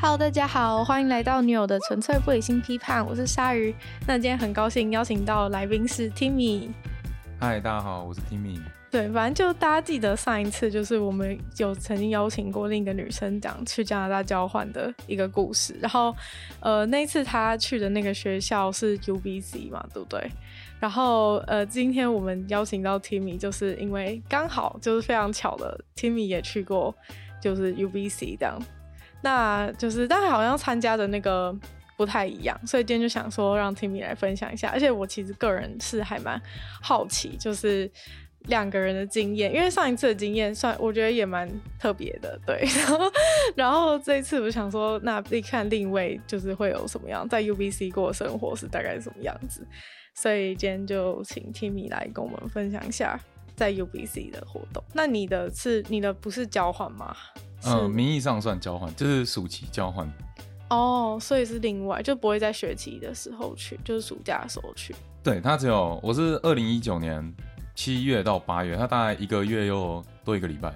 Hello，大家好，欢迎来到女友的纯粹不理性批判，我是鲨鱼。那今天很高兴邀请到来宾是 Timmy。嗨，大家好，我是 Timmy。对，反正就大家记得上一次，就是我们有曾经邀请过另一个女生讲去加拿大交换的一个故事。然后，呃，那一次她去的那个学校是 UBC 嘛，对不对？然后，呃，今天我们邀请到 Timmy，就是因为刚好就是非常巧的，Timmy 也去过就是 UBC 这样。那就是，但好像参加的那个不太一样，所以今天就想说让 Timmy 来分享一下。而且我其实个人是还蛮好奇，就是两个人的经验，因为上一次的经验算我觉得也蛮特别的，对。 然后，然后这一次我想说，那你看另一位就是会有什么样，在 UBC 过的生活是大概什么样子，所以今天就请 Timmy 来跟我们分享一下在 UBC 的活动。那你的是你的不是交换吗？是嗯，名义上算交换，就是暑期交换。哦，所以是另外，就不会在学期的时候去，就是暑假的时候去。对，它只有我是二零一九年七月到八月，它大概一个月又多一个礼拜。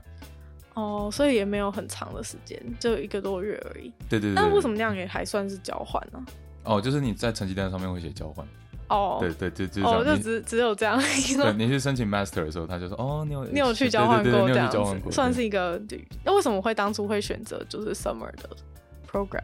哦，所以也没有很长的时间，就一个多月而已。对对对。那为什么？么那样也还算是交换呢、哦，就是你在成绩单上面会写交换。哦，对对对，就是这样。哦，就你只只有 这样而已对吗。你去申请 master 的时候，他就说哦，你有 你有去交换对对过这对你有样去交换子，过，算对是一个旅。那为什么会当初会选择就是 summer 的 program？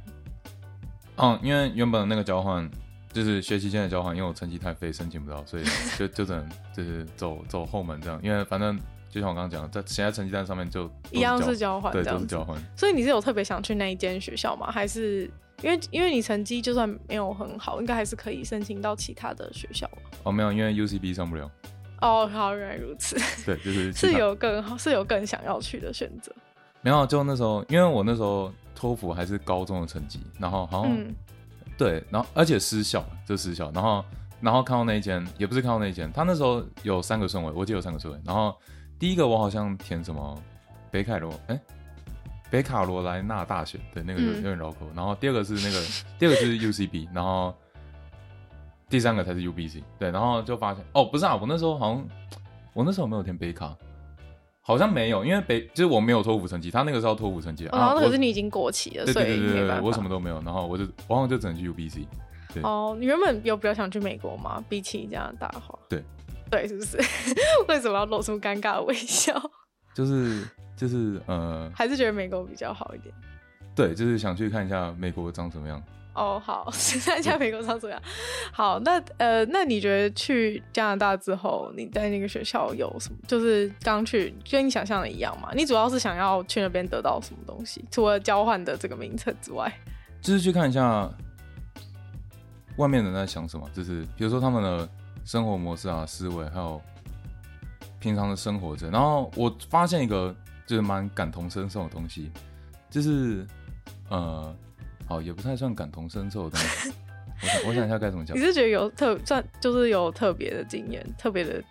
嗯，因为原本那个交换就是学期间的交换，因为我成绩太废，申请不到， 所以就就只能就是走走后门这样。因为反正就像我刚刚讲的，在写在成绩单上面就都一样是交交换对，这都样是子。交换。所以你是有特别想去那一间学校吗？还是因为因为你成绩就算没有很好，应该还是可以申请到其他的学校吧？哦，没有，因为 UCB 上不了。哦，好，原来如此。对， 就是其是他有更好，是有更想要去的选择。没有，就那时候，因为我那时候托福还是高中的成绩，然后好像、嗯，对，然后而且失效了，就失效，然后然后看到那一间，也不是看到那一间，他那时候有三个顺位，我记得有三个顺位，然后第一个我好像填什么北凯罗，哎、北卡罗来纳大学，对，那个有嗯有点绕口，然后第二个是那个，第二个是 UCB，然后第三个才是 UBC，对，然后就发现哦，不是啊，我那时候好像我那时候有没有填北卡。好像没有，因为北就是我没有托福成绩，他那个是要托福成绩、哦啊。然后可我是你已经过期了，对所对以对没对办对，法。我什么都没有，然后我就我好像就只能去 UBC。哦，你原本有比较想去美国吗？比起加拿大的话，对，对，是不 是？为什么要露出尴尬的微笑？ 就是就是呃，还是觉得美国比较好一点？对，就是想去看一下美国长什么样。哦，好， 现在加美国上怎么样？好，那呃，那你觉得去加拿大之后，你在那个学校有什么？就是刚去，跟你想象的一样嘛？你主要是想要去那边得到什么东西？除了交换的这个名称之外，就是去看一下外面人在想什么，就是比如说他们的生活模式啊、思维，还有平常的生活着。然后我发现一个就是蛮感同身受的东西，就是呃，好也不太算感同身受的东西。我想我想一下该怎么讲你。是觉得有特算就是有特别的经验、特别的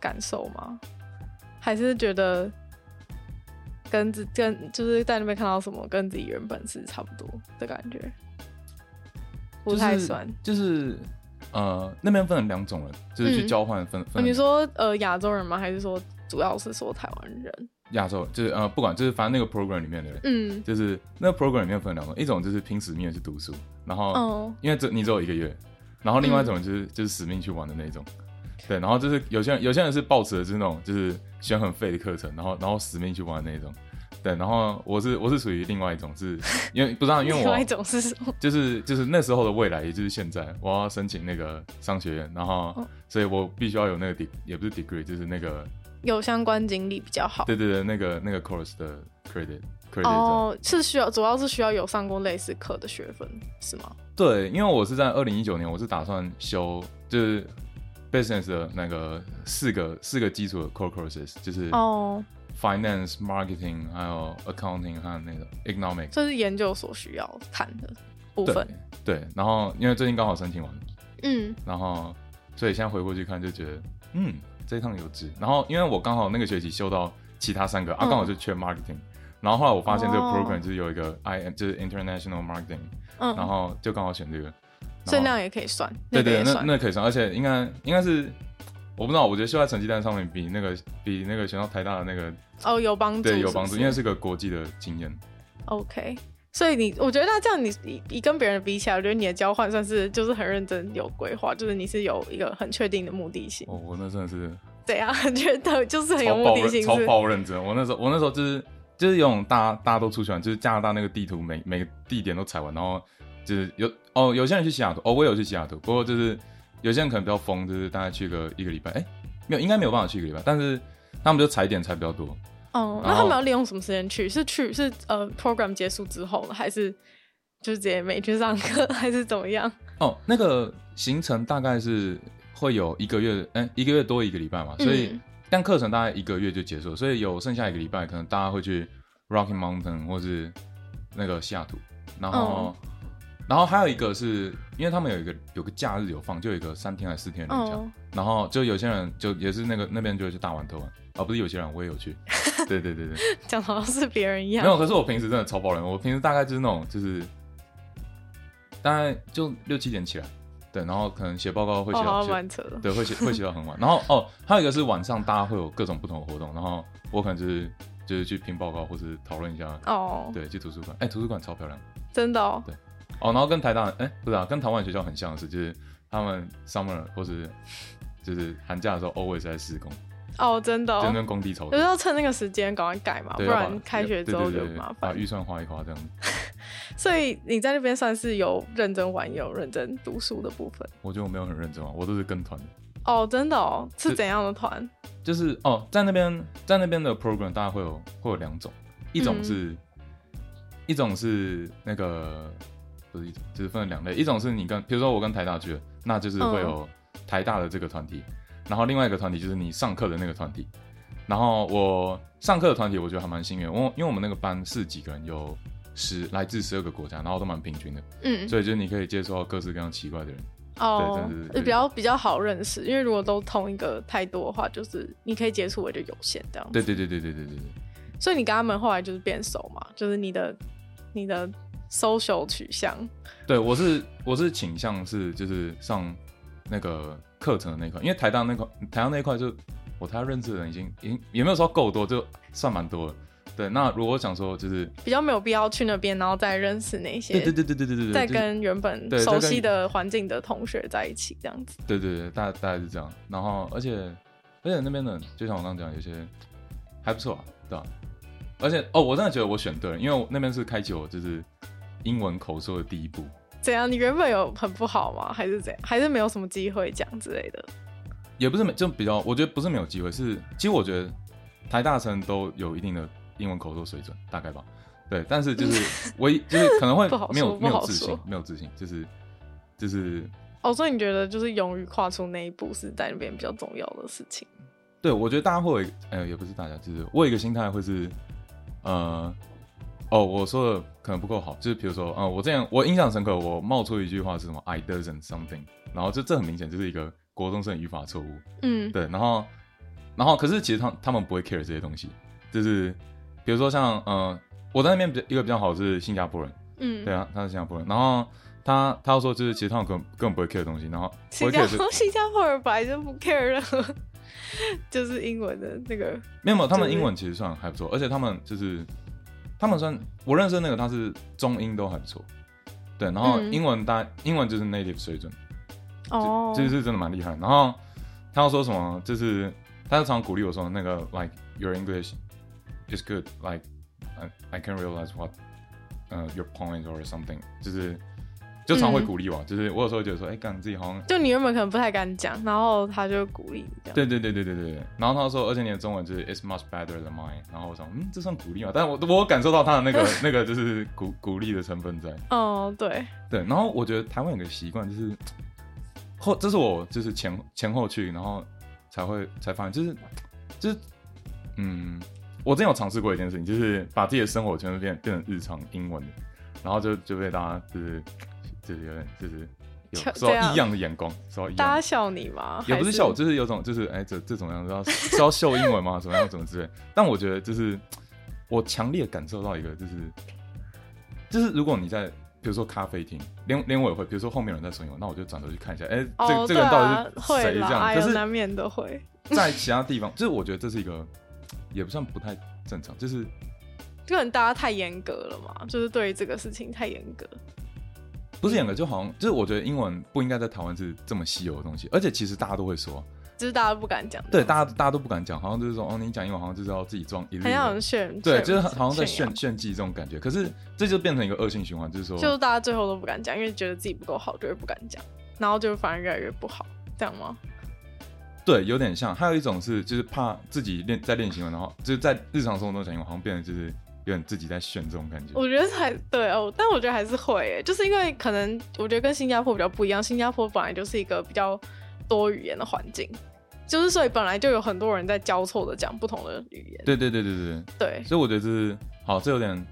感受吗？还是觉得跟自跟就是在那边看到什么跟自己原本是差不多的感觉？不太算。就是，就是呃，那边分成两种人，就是去嗯交换分、呃分。你说呃亚洲人吗？还是说主要是说台湾人？亚洲，就是呃，不管就是反正那个 program 里面的人，嗯，就是那个 program 里面分两种，一种就是拼死命的去读书，然后、哦，嗯因为只你只有一个月，然后另外一种就是、就是死命去玩的那种，对，然后就是有些人有些人是抱持的是那种就是选很废的课程，然后然后死命去玩的那种，对，然后我是我是属于另外一种， 是因为不知道、因为另外一我种是什么？就是就是那时候的未来，也就是现在，我要申请那个商学院，然后、哦所以我必须要有那个 d 也不是 degree，就是那个有相关经历比较好。对对对那个那个 course 的 credit credit 这样。哦，是需要主要是需要有上过类似课的学分是吗？对，因为我是在二零一九年，我是打算修就是 business 的那个四个四个基础的 core courses，就是哦， finance、marketing，还有 accounting 和那个 economics。这是研究所需要看的部对分。对，然后因为最近刚好申请完，嗯，然后所以现在回过去看就觉得，嗯，这一趟有值。然后因为我刚好那个学期修到其他三个，啊，嗯刚好就缺 marketing。然后后来我发现这个哦 program 就是有一个 I M 就是 international marketing，、嗯，然后就刚好选这个。所以然后那样也可以算，对个对，也那算那可以算，而且应该应该是，我不知道，我觉得修在成绩单上面比那个比那个选到台大的那个哦有帮助，对有是不帮助，是因为是个国际的经验。 OK。所以你，我觉得那这样你你你跟别人比起来，我觉得你的交换算是就是很认真有规划，就是你是有一个很确定的目的性。哦我我那真的是对啊，很确定，就是很有超目爆的性，认超是爆认真。我那时候我那时候就是就是有种大家大家都出去玩，就是加拿大那个地图每每个地点都踩完，然后就是有哦有些人去西雅图，哦我也有去西雅图，不过就是有些人可能比较疯，就是大概去个一个礼拜，哎、没有应该没有办法去一个礼拜，但是他们就踩点踩比较多，哦。然那后他们要利用什么时间去？是去是呃 program 结束之后呢，还是就是直接没去上课，还是怎么样？哦，那个行程大概是会有一个月，嗯、一个月多一个礼拜 嘛，所以、嗯但课程大概一个月就结束了，所以有剩下一个礼拜，可能大家会去 Rocky Mountain 或是那个西雅图，然后、哦然后还有一个是因为他们有一个有个假日有放，就有一个三天还是四天的连假，哦，然后就有些人就也是那个那边就会去大玩特玩，啊不是有些人我也 有去，对对对对，讲得好像是别人一样。没有，可是我平时真的超爆人，我平时大概就是那种就是大概就六七点起来，对，然后可能写报告会写哦，到、好写像蛮扯的。对，会写 会写到很晚。然后哦，还有一个是晚上大家会有各种不同的活动，然后我可能就是就是去拼报告或是讨论一下，哦，对，去图书馆。哎、图书馆超漂亮真的哦，哦。然后跟台大哎、不是啊，跟台湾学校很像的是，就是他们 summer 或是就是寒假的时候 always 在施工，哦，真的就那哦。边工地超有多时。候趁那个时间赶快改嘛，不对，要然把开学对之后对就对对麻把烦。预算花一花这样子。所以你在那边算是有认真玩，有认真读书的部分。我觉得我没有很认真啊，我都是跟团的。哦，真的哦，是是怎样的团？就是哦，在那边在那边的 program 大概会有会有两种，一种是、一种是那个不是一种，就是分了两类，一种是你跟比如说我跟台大去了，那就是会有台大的这个团体，然后另外一个团体就是你上课的那个团体。然后我上课的团体我觉得还蛮幸运，我因为我们那个班是几个人，有十来自十二个国家，然后都蛮平均的，嗯，所以就是你可以接触到各式各样奇怪的人。哦对对对，对比较比较好认识，因为如果都同一个太多的话，就是你可以接触的就有限这样。对，对对对对对对对。所以你跟他们后来就是变熟嘛，就是你的你的 social 取向。对，我是我是倾向是就是上那个课程的那一块，因为台大那块台大那一块就我台大认识的人已经已经也没有说够多，就算蛮多了。对，那如果我想说就是比较没有必要去那边，然后再认识那些，对对对对对对对，再就是跟原本对再熟跟悉的环境的同学在一起这样子。对对对，大大概是这样。然后而且而且那边的就像我刚刚讲，有些还不错啊，对吧、而且哦，我真的觉得我选对了，因为我那边是开启我就是英文口说的第一步。怎样？你原本有很不好吗？还是怎样？还是没有什么机会讲之类的？也不是没就比较，我觉得不是没有机会，是其实我觉得台大生都有一定的英文口说水准，大概吧。对，但是 就是唯一就是可能会不好说没有不没好有自信说，没有自信，就是就是哦，所以你觉得就是勇于跨出那一步是在那边比较重要的事情。对我觉得大家会有一呃也不是大家，就是我有一个心态会是呃哦我说的可能不够好，就是比如说呃我这样我印象深刻，我冒出一句话是什么 I doesn't something，然后就这很明显就是一个国中生的语法错误，嗯，对，然后，然后可是其实他他们不会 care 这些东西，就是比如说像呃，我在那边比较一个比较好的是新加坡人，嗯，对啊，他是新加坡人，然后他他又说就是其实他们根本根本不会 care 的东西，然后不新会加 care 是坡新加坡人本来就不 care 任何， 就是英文的那个没有没有，他们就是英文其实算还不错，而且他们就是他们算我认识的那个他是中英都还不错，对，然后嗯英文大、英文就是 native 水准，哦，这就是真的蛮厉害的。然后他要说什么，就是他常常鼓励我说那个 like your English is good, like I I can realize what 呃、your point or something，就是就常会嗯鼓励我，就是我有时候会觉得说，哎、干自己好像。就你原本可能不太敢讲，然后他就鼓励你这样。对对对对对对对，然后他说，而且你的中文就是 is much better than mine，然后我想，嗯，这算鼓励嘛？但是我我有感受到他的那个那个就是鼓鼓励的成分在。哦，对，对，然后我觉得台湾有个习惯就是后，这是我就是前前后去，然后才会才发现，就是就是嗯，我之前有尝试过一件事情，就是把自己的生活全部变变成日常英文的，然后就就被大家就是就是有点就是有瞧受这到样异样的眼光，受到异大样家的。笑你吗？也不是还笑我，就是有种就是哎、这这怎么样是要是要秀英文吗？怎么样怎么之类。但我觉得就是我强烈感受到一个就是就是如果你在比如说咖啡厅，连连我也会，比如说后面有人在说英文，那我就转头去看一下，哎、这、哦，这对个人啊，到底是会谁啦这样？哎可呦是难免都会。在其他地方，就是我觉得这是一个也不算不太正常，就是可能大家太严格了嘛，就是对于这个事情太严格。不是严格，就好像就是我觉得英文不应该在台湾是这么稀有的东西，而且其实大家都会说，就是大家都不敢讲，对，大家大家都不敢讲，好像就是说哦，你讲英文好像就是要自己装一律很像的很，炫，对，炫就是好像在炫炫耀，炫技这种感觉。可是这就变成一个恶性循环，就是说，就是大家最后都不敢讲，因为觉得自己不够好，就会不敢讲，然后就反而越来越不好，这样吗？对，有点像。还有一种是就是怕自己练在练习文，然后就是在日常生活中讲英文，好像变得就是有点自己在炫这种感觉。我觉得还对哦，但我觉得还是会耶，就是因为可能我觉得跟新加坡比较不一样，新加坡本来就是一个比较多语言的环境，就是所以本来就有很多人在交错的讲不同的语言，对对对对对，对所以我觉得这是好，这有点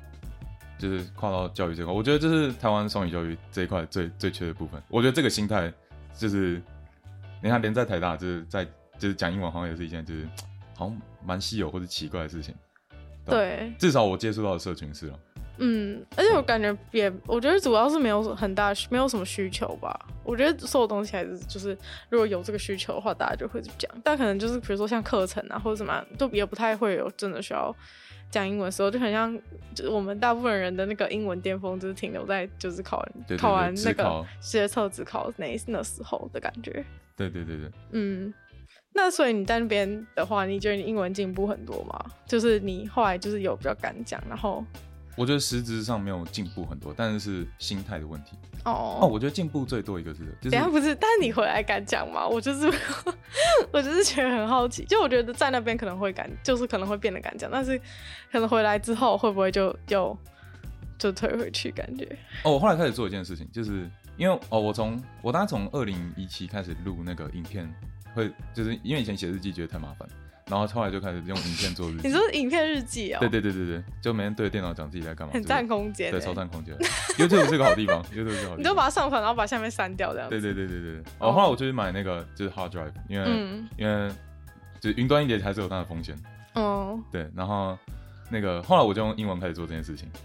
就是跨到教育这块，我觉得这是台湾双语教育这一块最最缺的部分。我觉得这个心态就是，你看连在台大就是在就是讲英文，好像也是一件就是好像蛮稀有或者奇怪的事情。懂对，至少我接触到的社群是哦了，嗯，而且我感觉也，我觉得主要是没有很大需，没有什么需求吧。我觉得所有东西还是就是，如果有这个需求的话，大家就会去讲。但可能就是比如说像课程啊，或者什么啊，就也不太会有真的需要讲英文的时候，就很像就是我们大部分人的那个英文巅峰，就是停留在就是考完对对对考完那只个考学测只考那那时候的感觉。对对对对，嗯，那所以你在那边的话，你觉得你英文进步很多吗？就是你后来就是有比较敢讲，然后我觉得实质上没有进步很多，但是是心态的问题。哦哦，我觉得进步最多一个是就是等一下不是，但你回来敢讲吗？我就是，我就是觉得很好奇，就我觉得在那边可能会敢，就是可能会变得敢讲，但是可能回来之后会不会就又就退回去？感觉哦，我后来开始做一件事情，就是因为哦，我从我大概从二零一七开始录那个影片，会就是因为以前写日记觉得太麻烦，然后后来就开始用影片做日记。你说影片日记哦、对对对对对，就每天对着电脑讲自己在干嘛，很就是占空间、对，欸，超占空间。YouTube 是个好地方，YouTube 是个好地方。你就把它上传，然后把下面删掉这样子。对对对对对。哦，后来我就去买那个就是 hard drive，因为、嗯，因为就是云端硬碟还是有它的风险。哦对，然后那个后来我就用英文开始做这件事情，对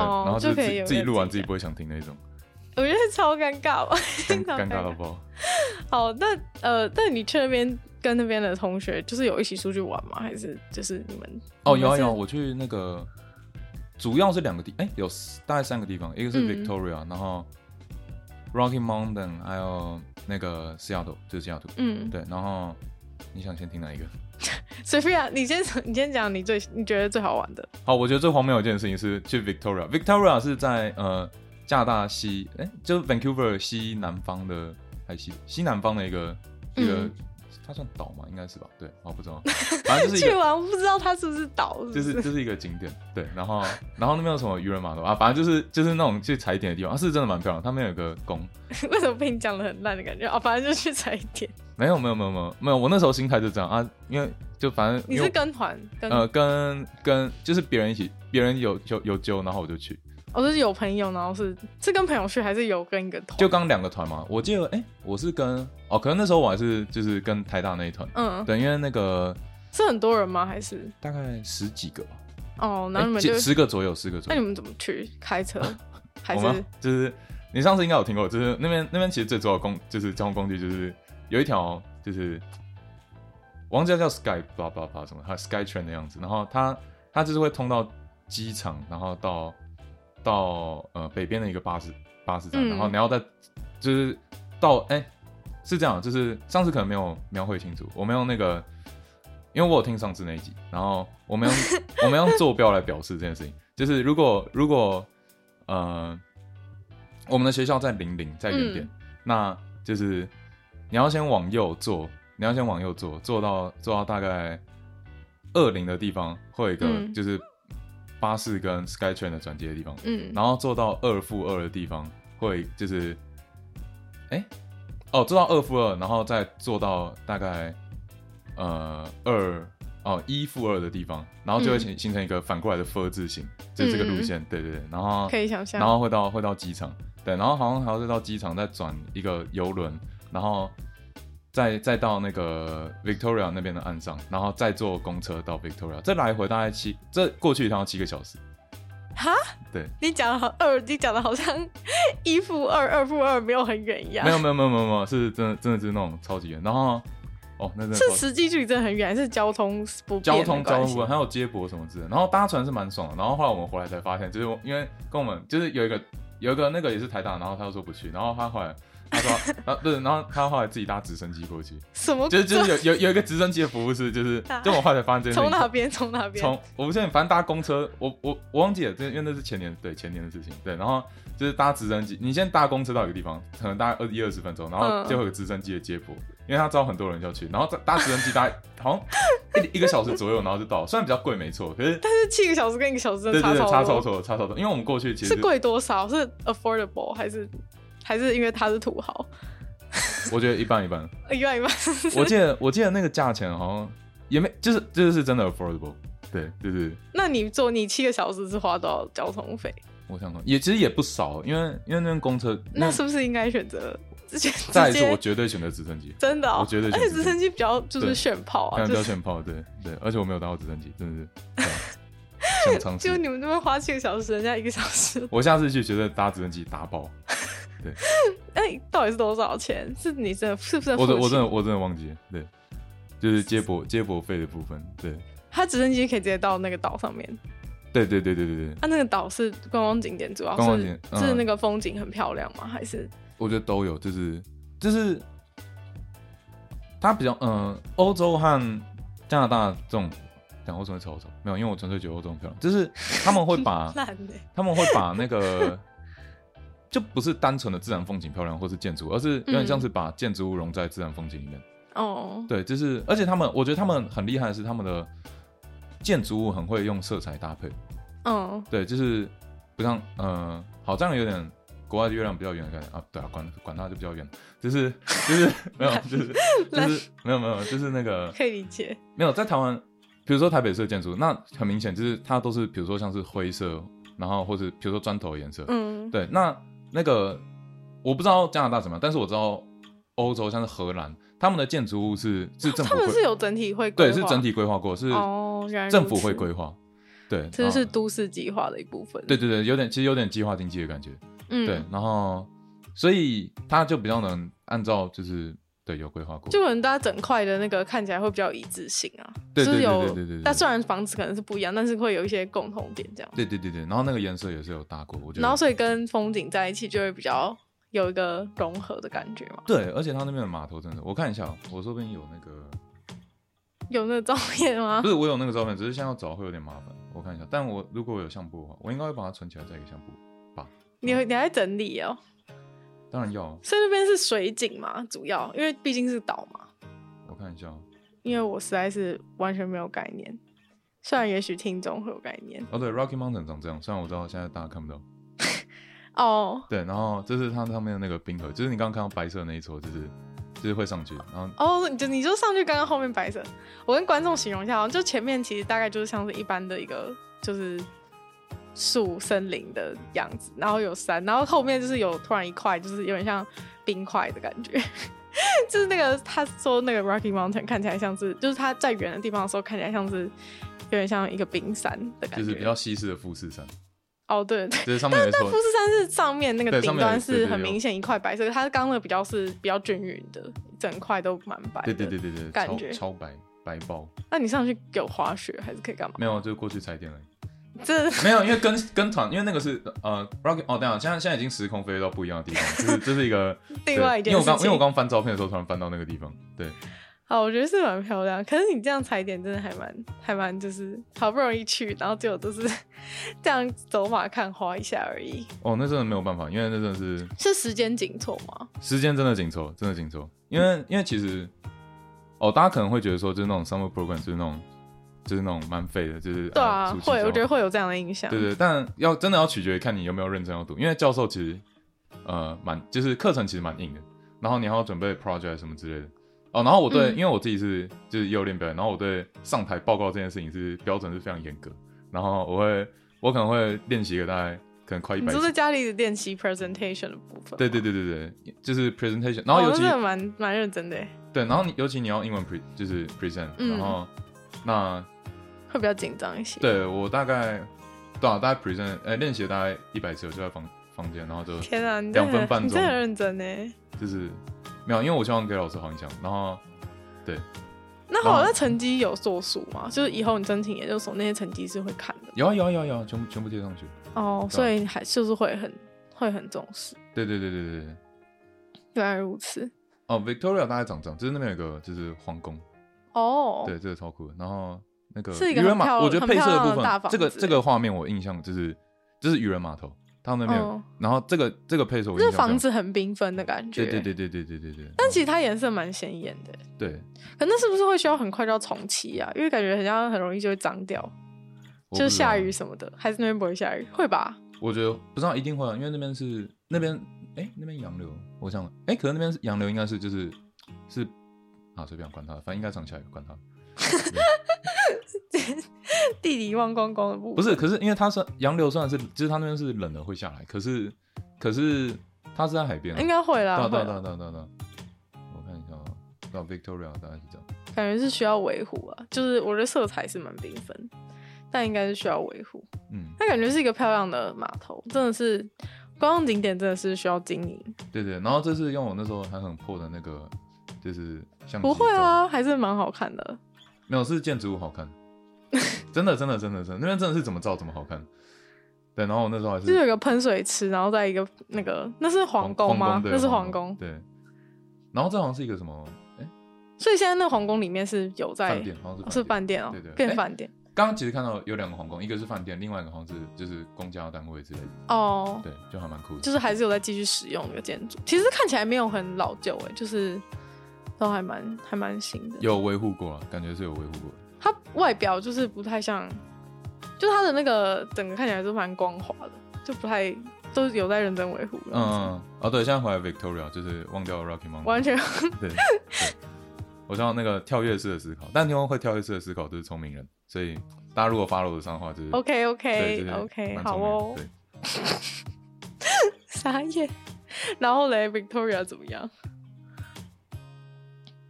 哦，然后就是可自以有己一自己个录完自自己己不会想听那 种，讲，我觉得超尴尬吧。尴好尴尴尬到尬爆。好，那呃，但你去那边跟那边的同学，就是有一起出去玩吗？还是就是你们？哦，你们有啊是有啊，我去那个，主要是两个地，哎、有四大概三个地方，一个是嗯 Victoria，、然后 Rocky Mountain，还有那个 Seattle，就是西雅图。嗯，对，然后你想先听哪一个？ Sophia，你啊先你先讲你最你觉得最好玩的。好，我觉得最荒谬的一件事情是去 Victoria。Victoria 是在呃加拿大西，哎、就是 Vancouver 西南方的，还西西南方的一个一个，嗯它算岛吗？应该是吧？对，我不知道，反正就是一 去个完不知道它是不是岛，就是是不就是一个景点，对，然后然后那边有什么渔人码头啊，反正就是就是那种去踩点的地方，它啊是真的蛮漂亮。它那边有个宫，是为什么被你讲的很烂的感觉啊？反正就去踩点。没有没有没有没有没有，我那时候心态就这样啊，因为就反正你因是为跟团跟，呃跟跟就是别人一起，别人有有有揪，然后我就去，我、哦就是有朋友，然后是是跟朋友去，还是有跟一个团？就刚两个团嘛，我记得哎、我是跟哦，可能那时候我还是就是跟台大那一团，嗯，对，因为那个是很多人吗？还是大概十几个吧，哦？然哎后你们几就、十个左右，十个左那右你，们怎么去？开 车还我是们就是你上次应该有听过，就是那边那边其实最主要的工就是交通工具就是有一条就是王家叫 Sky 巴拉巴拉什么，它 Sky Train 的样子，然后它它就是会通到机场，然后到到呃北边的一个巴士巴士站，嗯然后你要在就是到哎、是这样，就是上次可能没有描绘清楚，我们用那个。因为我有听上次那一集，然后我 们用我们用坐标来表示这件事情，就是如果如果呃，我们的学校在零零，在原点，嗯那就是你要先往右坐，你要先往右坐，坐到坐到大概二零的地方，会有一个嗯就是巴士跟 SkyTrain 的转接的地方，嗯然后坐到二负二的地方，会就是，哎、哦，坐到二负二，然后再坐到大概呃二哦一负二的地方，然后就会嗯形形成一个反过来的 f 字形，就是这个路线，对对对，然后可以想象然？后会到会到机场，对，然后好像还要再到机场再转一个游轮，然后再再到那个 Victoria 那边的岸上，然后再坐公车到 Victoria，这来回大概七，这过去一趟要七个小时，哈，对，你讲的好二，你讲的好像一负二，二负二没有很远一样。没有没有没有没有没有，是真的真的是那种超级远，然后哦，那真的是超实际距离真的很远，还是交通不便交的通交关通系部还有接驳什么之类的。然后搭船是蛮爽的。然后后来我们回来才发现，就是因为跟我们就是有一个有一个那个也是台大，然后他又说不去，然后他后来他说啊不是，然后他后来自己搭直升机过去，什么 就是就是有有有一个直升机的服务室， 就是就我后来才发现这件事情从哪边从哪边？从我不确定，反正搭公车，我我我忘记了，这因为那是前年对前年的事情，对，然后就是搭直升机，你先搭公车到一个地方，可能大概二一二十分钟，然后嗯就会有直升机的接驳，因为他知道很多人要去，然后搭搭直升机搭好像一一个小时左右，然后就到了，虽然比较贵没错，可是但是七个小时跟一个小时真对的对差超对，差多超多差超多，因为我们过去其是实贵多少？是 affordable 还是还是因为他是土豪？呃我觉得一半 一半，一万一万，我记得我记得那个价钱好像也没就是就是真的 affordable，对对对。那你坐你七个小时是花多少交通费？我想说，也其实也不少，因为因为那边公车，那是不是应该选择直接再来直是我接？绝对选择直升机，真的、哦，我觉得而选且直直升机比较就是对炫炮啊，看就标是选炮，对对，而且我没有搭过直升机，真的是对啊 想尝就试。你们那边花七个小时，人家一个小时， 我下次去觉得搭直升机搭爆，哎、到底是多少钱？是你真的是不是付我真得我起真的我真的忘记了，对，就是接驳接驳费的部分，对他直升机可以直接到那个岛上面，对对对对对对，它、那个岛是观光景点，主要是观光景嗯哦是那个风景很漂亮吗？还是我觉得都有，就是就是它比较嗯，欧洲和加拿大这种，讲欧洲会超欧洲，没有，因为我纯粹觉得欧洲很漂亮，就是他们会把烂的、他们会把那个 就不是单纯的自然风景漂亮或是建筑，而是有点像是把建筑物融在自然风景里面。哦，对，就是而且他们，我觉得他们很厉害的是他们的建筑物很会用色彩搭配。嗯，对，就是不像呃，好像有点国外的月亮比较圆的感觉啊。对啊，管管它就比较圆，就是就是没有，就是就是没有没有，就是那个可以理解。没有在台湾，比如说台北市的建筑，那很明显就是它都是比如说像是灰色，然后或是比如说砖头的颜色，嗯，对，那那个我不知道加拿大怎么样，但是我知道欧洲像是荷兰，他们的建筑物是是政他府们规，是有整体会规对划，是整体规划过，是哦，原来政府会如此，规划，对，这就是啊都市计划的一部分。对，对对，有点其实有点计划经济的感觉，嗯，对，然后所以他就比较能按照就是对有规划过，就可能大家整块的那个看起来会比较一致性啊，对就是对对有对对对对但虽然房子可能是不一样，但是会有一些共同点这样。对对对对，然后那个颜色也是有搭过，我觉然后得。所以跟风景在一起就会比较有一个融合的感觉嘛。对，而且他那边的码头真的，我看一下哦，我说不定有那个，有那个照片吗不？是我有那个照片，只是现在要找会有点麻烦，我看一下。但我如果我有相簿的话，我应该会把它存起来在一个相簿。你你还在整理哦，当然要啊，所以那边是水景嘛，主要因为毕竟是岛嘛。我看一下哦。因为我实在是完全没有概念，虽然也许听众会有概念哦，对，Rocky Mountain 长这样，虽然我知道现在大家看不到。哦对，然后这是它上面的那个冰河，就是你刚刚看到白色的那一撮，就是就是会上去，然后哦，你就你就上去刚刚后面白色，我跟观众形容一下哦，就前面其实大概就是像是一般的一个就是树森林的样子，然后有山，然后后面就是有突然一块就是有点像冰块的感觉。 就是那个他说那个 Rocky Mountain 看起来像是，就是他在远的地方的时候看起来像是有点像一个冰山的感就觉。是比较西式的富士山，哦，对对就是上面有一撮富，士山是上面那个对顶上面有端对是对很有明显一块白色，它刚刚那个比较是比较均匀的，整块都蛮白的。对对对。对对，感超觉超白白包，那你上去给我滑雪还是可以干嘛？没有，就是过去踩点而已。 这没有，因为跟跟团，因为那个是呃 Rocky 哦，等一下现在现在已经时空飞到不一样的地方，就是这是一个 另外一件对因为事情。我刚因为我刚翻照片的时候，突然翻到那个地方，对，好，我觉得是蛮漂亮。可是你这样踩点真的还蛮 还蛮，就是好不容易去，然后结果都是 这样走马看花一下而已。哦，那真的没有办法，因为那真的是是时间紧凑吗？时间真的紧凑，真的紧凑。因为因为其实，哦，大家可能会觉得说，就是那种 summer program 就是那种就是那种蛮废的，就是对啊，暑期会，啊之后我觉得会有这样的印象。对对，但要真的要取决于看你有没有认真要读，因为教授其实呃蛮就是课程其实蛮硬的，然后你还要准备 project 什么之类的。哦，然后我对，嗯因为我自己是就是幼练表演，然后我对上台报告这件事情是标准是非常严格，然后我会我可能会练习个大概可能快一你百就在家里练习 presentation 的部分。对对对。对对对，就是 presentation，然后尤哦、那其、真的蛮蛮认真的欸耶，对，然后你尤其你要英文 pre 就是 present，、嗯然后那会比较紧张一些。对我大概对、啊、大概 present 呃练习了大概一百次，我就在房房间，然后就天啊，你真的欸两分半很钟你真的很认真呢。就是没有，因为我希望给老师好印象，然后对，那好，那成绩有作数吗？就是以后你申请研究所那些成绩是会看的有啊有啊有啊有啊，全部全部贴上去。哦，所以还就是会很会很重视。对对对对对对。原来如此。哦，Victoria 大概长这样，就是那边有个就是皇宫，哦，对，这个超酷的。然后那个是一渔个很人码，漂我觉得很配漂色的亮的部大分，房这个子这个画面我印象就是就是渔人码头，他们那边有，嗯然后这个这个配色我这印象房非常，子很缤纷的感觉。对对。对对对对对对，但其实它颜色蛮鲜艳的，对，可那是不是会需要很快就要重漆啊？因为感觉很像很容易就会脏掉，我就是不知道下雨，什么的，还是那边不会下雨？会吧？我觉得不知道一定会啊，因为那边是那边哎那边洋流，我想哎，可能那边是洋流应该是就是是啊随便管它，反正应该常下雨，管它。对地理忘光光的部分不是，可是因为它是洋流，虽然是就是它那边是冷的会下来，可是可是它是在海边啊，应该会对啦，啊对会啊啦对啊对啊对啊对啊，我看一下啊，到 Victoria 大概是这样。感觉是需要维护啊。就是我觉得色彩是蛮缤纷，但应该是需要维护。嗯，它感觉是一个漂亮的码头，真的是观光景点，真的是需要经营。对对，然后这是用我那时候还很破的那个，就是相机。不会，啊，还是蛮好看的。没有是建筑物 好看，真的真的真的真的，那边真的是怎么照怎么好看。对，然后我那时候还就是是有个喷水池，然后在一个那个那是皇宫宫吗？对那是皇皇宫，对。然后这好像是一个什么所以现在那个皇宫里面是有在饭店，好像哦是是饭饭店哦对对，变哎饭店店。刚刚其实看到有两个皇宫，一个是饭店，另外一个好像是就是公家单位之类的。哦，对，就还蛮酷的。就是还是有在继续使用这个建筑。其实看起来没有很老旧哎，就是都还蛮还蛮新的。有维护过啊，感觉是有维护过的。它外表就是不太像，就它的那个整个看起来都蛮光滑的，就不太都有在认真维护。嗯，嗯，哦对，现在回来 Victoria 就是忘掉 Rocky Mountain，完全对。对我知道那个跳跃式的思考，但天空会跳跃式的思考就是聪明人，所以大家如果 follow 得上的话，就是 OK 对 OK 就是哎 OK，蛮好聪明的哦，对，傻眼。然后嘞，Victoria 怎么样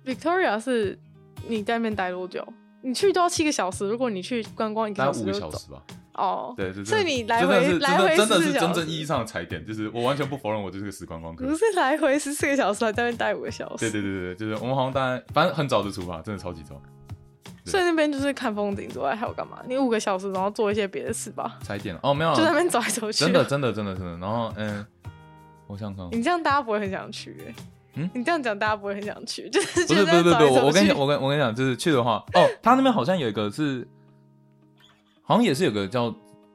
？Victoria 是你在那边待多久？你去都要七个小时，如果你去观光一个大小概时五就个走小时吧。哦，对，就所以你来真的是回来回真的真的14是小真时正意义上的踩点，就是我完全不否认我就是个时光光客不。是来回十四个小时，还啊在那边待五个小时。对对对对，对就是我们好像大概反正很早就出发，真的超级早，对所以那边就是看风景之外还有干嘛？你五个小时，然后做一些别的事吧，踩点了哦没有啊，就在那边走来走去。真的，真的真的真的。然后嗯，我想想看，你这样大家不会很想去、欸。嗯你这样讲大家不会很想去， 就是不就是是不是不在是，那边走来走去我我跟你讲，我跟我跟你讲，就是去的话，哦，他那边好像有一个是，好像也是有个叫，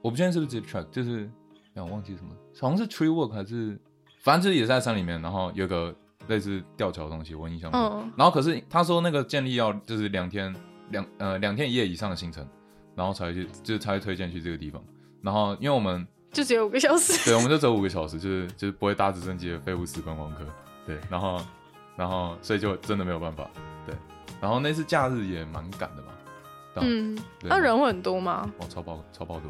我不确定是不是 Zip Track，就是，哎我忘记什么，好像是 Tree Walk 还是，反正就是也是在山里面，然后有个类似吊桥的东西，我印象中，嗯然后可是他说那个建立要就是两天两呃两天一夜以上的行程，然后才会去就是才会推荐去这个地方，然后因为我们就只有五个小时。对，我们就走五个小时，就是就是不会搭直升机的废物时观光客。对，然后然后所以就真的没有办法。对，然后那次假日也蛮赶的吧？嗯，对那人会很多吗？哦，超爆超爆多。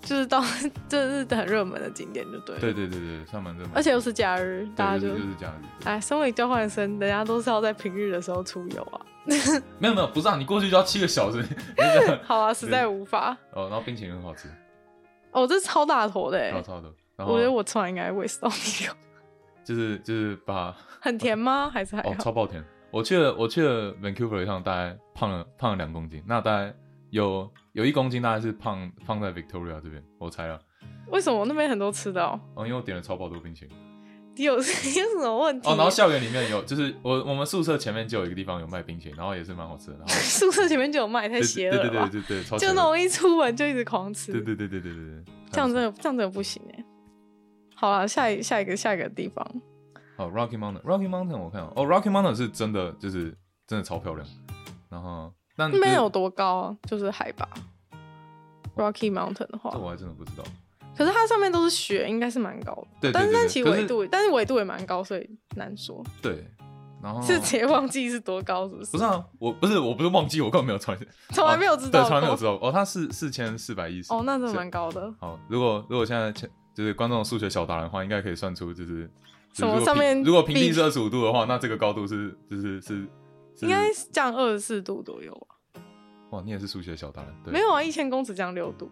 就是到 这是很热门的景点就对了。对对对对，上班真的。而且又是假日，对大家就就是就是假日。对哎，身为交换生，人家都是要在平日的时候出游 啊。没有没有，不是啊，你过去就要七个小时。 你这样好啊，实在无法。哦，然后冰淇淋很好吃，哦，这超大坨的、欸然后，哦超多。然后我觉得我吃完应该胃食道逆流。就是就是把哦 很甜吗？还是还哦好？超爆甜。我去了我去了 Vancouver 一趟，大概胖了胖了两公斤，那大概有有一公斤大概是胖胖在 Victoria 这边，我猜啊了。为什么那边很多吃的、哦？哦，因为我点了超爆多冰淇淋。你有 有什么问题？哦，然后校园里面有，就是我我们宿舍前面就有一个地方有卖冰淇淋，然后也是蛮好吃的。然后宿舍前面就有卖，太对邪了对吧？对对对对，超就那种。种一出门就一直狂吃，对对对对对对对。这样真的这样真的不行哎、好了，下一下一个下一个地方，好，Rocky 哦 Mountain，Rocky Mountain 我看哦，Rocky Mountain 是真的就是真的超漂亮。然后 但那边有这多高啊？就是海拔，Rocky Mountain 的话这，我还真的不知道。可是它上面都是雪，应该是蛮高的。对对但对是但对其可纬是度，但是纬度也蛮高，所以难说。对，然后是直接忘记是多高，是不是？哦不是啊，我不是我不是忘记，我根本没有穿，从来没有知对，道从来没有过。知道。哦，它是四千四百一十。哦，那真的是蛮高的。好，如果如果现在就是观众数学小达人的话，应该可以算出就是什么就是如果上面平如果平地比是二十五度的话，那这个高度是就是是是应该是降二十四度左右吧？哇，你也是数学小达人对没有啊，一千公尺降六 度，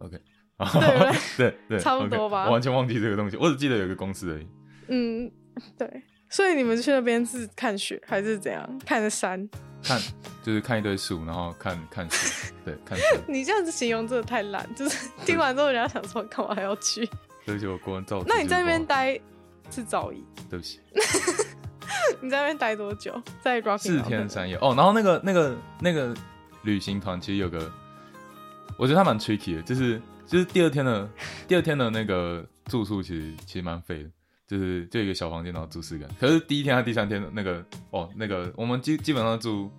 OK 对不对 对对差不多吧，OK，我完全忘记这个东西，我只记得有一个公式而已。嗯，对，所以你们去那边是看雪还是怎样？看着山？ 看就是看一堆树，然后看看树，对，看 树。你这样子形容真的太烂，就是 听完之后人家想说干嘛还要去？ 对不起，我国文造。那你在那边？待是早已？对不起，你在那边待多久？在 Rocky 四天三夜哦。然后那个那个那个旅行团其实有个，我觉得他蛮 tricky 的，就是就是第二天的第二天的那个住宿其实其实蛮废的。就是就一个小房间，然后住四个人。可是第一天和第三天的那个哦，那个我们基基本上住，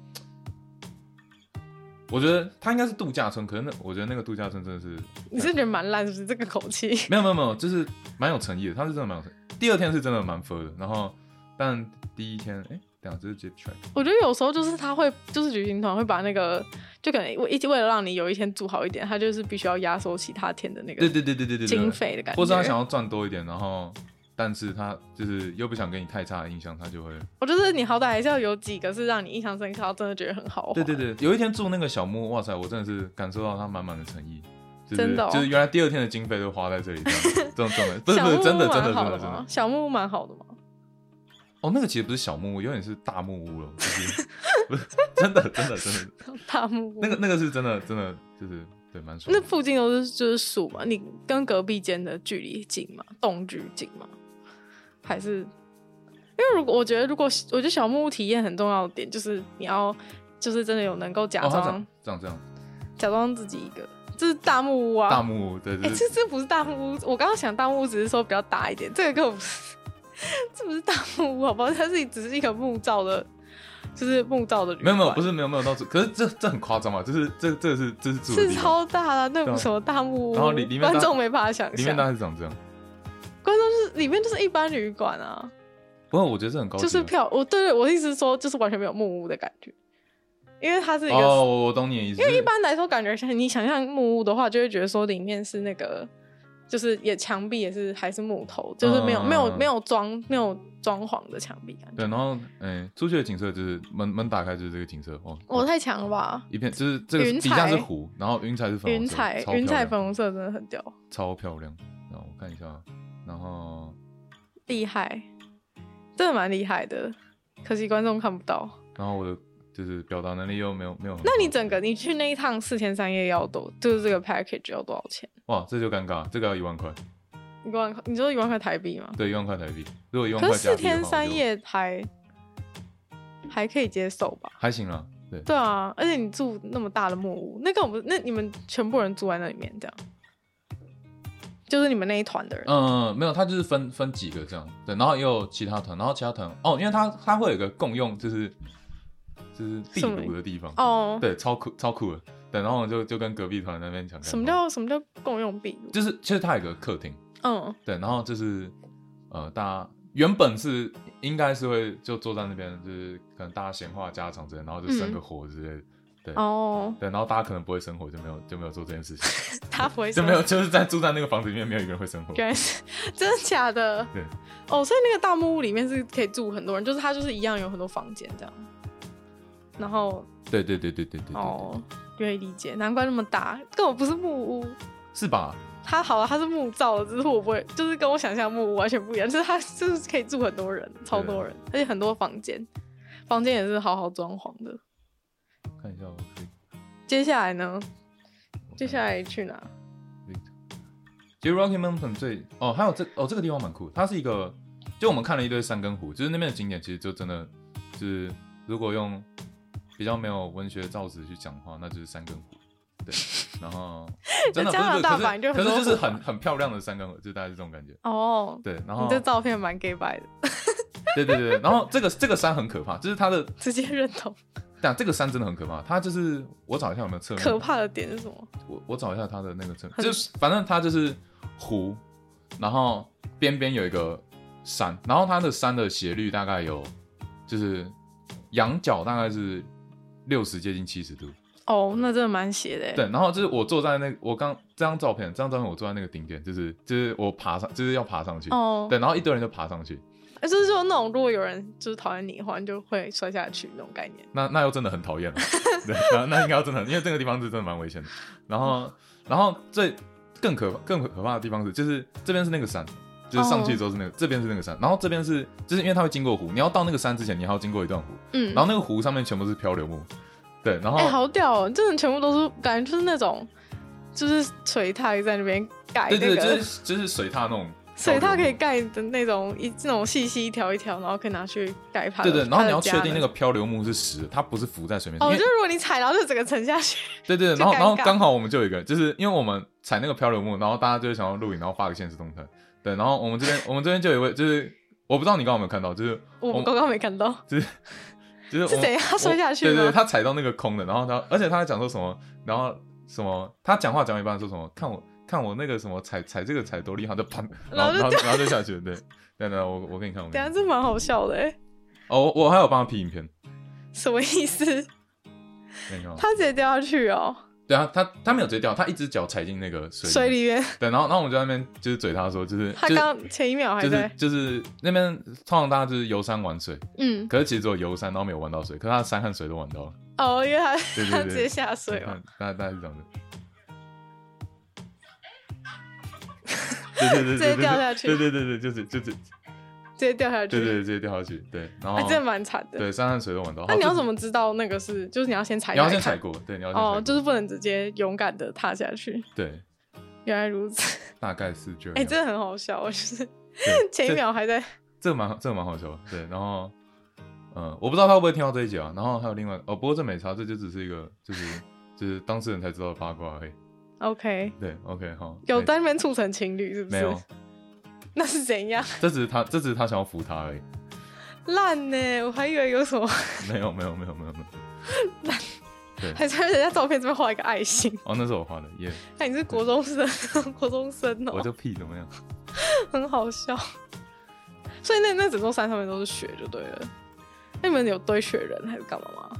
我觉得它应该是度假村，可是那我觉得那个度假村真的是你是觉得蛮烂是不是？这个口气 没有没有没有，就是蛮有诚意的，他是真的蛮有诚意。第二天是真的蛮 f 的，然后但第一天，哎、等一下这是 Jeep Track，我觉得有时候就是他会，就是旅行团会把那个，就可能为一为了让你有一天住好一点，他就是必须要压缩其他天的那对个对对对对对，对经，费的感觉。或是他想要赚多一点，然后但是他就是又不想给你太差的印象，他就会，我就是你好歹还是要有几个是让你印象深刻，然后真的觉得很好玩。对对对，有一天住那个小木屋，哇塞，我真的是感受到他满满的诚意。就是、真的哦就是原来第二天的经费都花在这 里，这样这种这种的，不是小不木是屋真的真蛮的真好的的真的吗，？ 小木屋蛮好的嘛，哦，那个其实不是小木屋，有点是大木屋了，就是 不是真的真的真的，大木屋。那个那个是真的真的就是对蛮爽的。那附近都是就是树嘛，你跟隔壁间的距离近吗？动距近吗？还是因为如果我觉得，如果我觉得小木屋体验很重要的点就是你要就是真的有能够假哦，他装、长长这样，假装自己一个，这是大木屋啊。大木屋，对哎、对这对，这不是大木屋，我刚刚想大木屋只是说比较大一点，这个根本不是，这不是大木屋好不好？它是只是一个木造的，就是木造的旅没有没有，馆不是没有没有到处，可是这这很夸张嘛，就是这这个是这是住的是地方，超大的，那对不啊什么大木屋，然后里里面观大众没办法想象，里面大概是长这样。观众就是里面就是一般旅馆啊，不过我觉得这很高级啊，就是票。我对对，我的意思是说，就是完全没有木屋的感觉，因为它是一个。哦，我我懂你的意思，因为一般来说，感觉像你想象木屋的话，就会觉得说里面是那个，就是也墙壁也是还是木头，就是没有、嗯嗯嗯没有嗯没有装没有装潢的墙壁感觉。对，然后哎，出去的景色就是门门打开就是这个景色哦，我太强了吧！一片就是这个云底彩下是湖，然后云彩是粉红云色，彩超漂云彩亮粉红色真的很屌，超漂亮。然后我看一下，啊然后厉害，真的蛮厉害的。可惜观众看不到。然后我的就是表达能力又没有没有很好，那你整个你去那一趟四天三夜要多，就是这个 package 要多少钱？哇这就尴尬，这个要一万块，一万块，你说一万块台币吗？对，一万块台币，如果一万可块是加四币的话天三我就夜还还可以接受吧？还行啦，对。对啊，而且你住那么大的木屋，那个我们那你们全部人住在那里面，这样，就是你们那一团的人。嗯，没有，他就是分分几个这样，对，然后也有其他团，然后其他团哦，因为他他会有一个共用，就是就是壁什么炉的地方，哦，对，超酷超酷的，对，然后我就就跟隔壁团那边讲，什么叫什么叫共用壁炉？就是其实他有一个客厅，嗯，对，然后就是呃，大家原本是应该是会就坐在那边，就是可能大家闲话家常之类，然后就生嗯个火之类的，对哦，对，然后大家可能不会生火，就没有就没有做这件事情，他不会就说没有就是在住在那个房子里面，没有一个人会生火，原来是真的假的？对。哦，所以那个大木屋里面是可以住很多人，就是它就是一样有很多房间这样。然后对对对对对对对，哦，可以理解，难怪那么大，根本不是木屋。是吧？它好了，它是木造的，只是我不会，就是跟我想象木屋完全不一样，就是它就是可以住很多人，超多人，而且很多房间，房间也是好好装潢的。看一下我可以，接下来呢？我接下来去哪？看一下。其实 Rocky Mountain 最哦，还有这哦，这个地方蛮酷的，它是一个，就我们看了一堆山跟湖，就是那边的景点，其实就真的就是如果用比较没有文学造诣去讲的话，那就是山跟湖。对，然 后真的不加是拿不是，大可版是就很可多是就是湖啊很很漂亮的山跟湖，就大概是这种感觉。哦，对，然你后这照片蛮 gay 白的，对对对，然后这个这个山很可怕，就是它的，直接认同。但这个山真的很可怕，它就是我找一下有没有侧面可怕的点是什么？我我找一下它的那个称，很就是反正它就是湖，然后边边有一个山，然后它的山的斜率大概有，就是仰角大概是六十接近七十度，哦，那真的蛮邪的欸。对，然后就是我坐在那我刚这张照片，这张照片我坐在那个顶点，就是就是我爬上，就是要爬上去，哦，对，然后一堆人就爬上去，欸就是说那种如果有人就是讨厌你的话，你就会摔下去那种概念。那那又真的很讨厌了，对，那那应该要真的很，因为这个地方是真的蛮危险的。然后，然后最更可更可怕的地方是，就是这边是那个山，就是上去之后是那个、哦这边是那个山，然后这边是就是因为它会经过湖，你要到那个山之前，你还要经过一段湖，嗯，然后那个湖上面全部是漂流木，对，然后、哎、好屌、哦，真的全部都是感觉就是那种就是水塔在那边盖对那对，就个是就是水踏那种漂 水流木，塔可以盖的那种一那种细细一条一条，然后可以拿去盖它的。对对，然后你要它的家确定那的个漂流木是实的，它不是浮在水面上，哦，因就为是如果你踩，然后就整个沉下去。 对对，就然后尴然后尬刚好我们就有一个，就是因为我们踩那个漂流木，然后大家就会想要录影，然后发个现实动态，对，然后我们这边我们这边就有一位，就是我不知道你刚刚有没有看到，就是我我刚刚没看到，就是是我怎样我摔下去对对，吗？他踩到那个空的，然后他而且他还讲说什么，然后什么他讲话讲到一半说什么，看我看我那个什么踩踩这个踩多厉害，就砰，然然后后然就后然后就下去了，对，对对，我我给你看，我等一给你下看，这蛮好笑的、欸，哦，我我还有帮他 P 影片，什么意思？给你看哦，他直接掉下去哦，对啊，他他没有直接掉，他一只脚踩进那个水水里面，里面。对，然后然后我们就在那边就是嘴他说就是他就是刚前一秒还就在是，就是那边通常大家就是游山玩水，嗯，可是其实只有游山，然后没有玩到水，可是他的山和水都玩到了。哦，因为他对对对他直接下水你了看，，大大概是这样子。对对对对对，直接掉 下去对对对对，就是就是，直接掉下去，对对对，直接掉下去。对，然后哎，真的蛮惨的。对山和水都玩到。那你要怎么？么知道那个是？就是你要先踩，哦你要先踩。过，对，你要先踩哦过，就是不能直接勇敢的踏下去。对，原来如 此，大概是这样。哎，真的很好笑，我 就是对前一这秒还在，这个蛮好这个蛮好笑的，对，然后，嗯、我不知道他会不会听到这一集啊。然后还有另外哦，不过这没差，这就只是一个就是就是当事人才知道的八卦而已。 OK，对，OK 好，有没在那边促成情侣是不没是有？？ 那是怎样这只是他这只是他想要扶他而已， 烂呢？我还以为有什么， 没有没有没有没有没有。还在人家照片这边画一个爱心。哦，那是我画的耶那你是国中生，国中生我哦，就屁怎么样？很好笑。所以那那整座山上面都是雪就对了。那你们有堆雪人还是干嘛吗？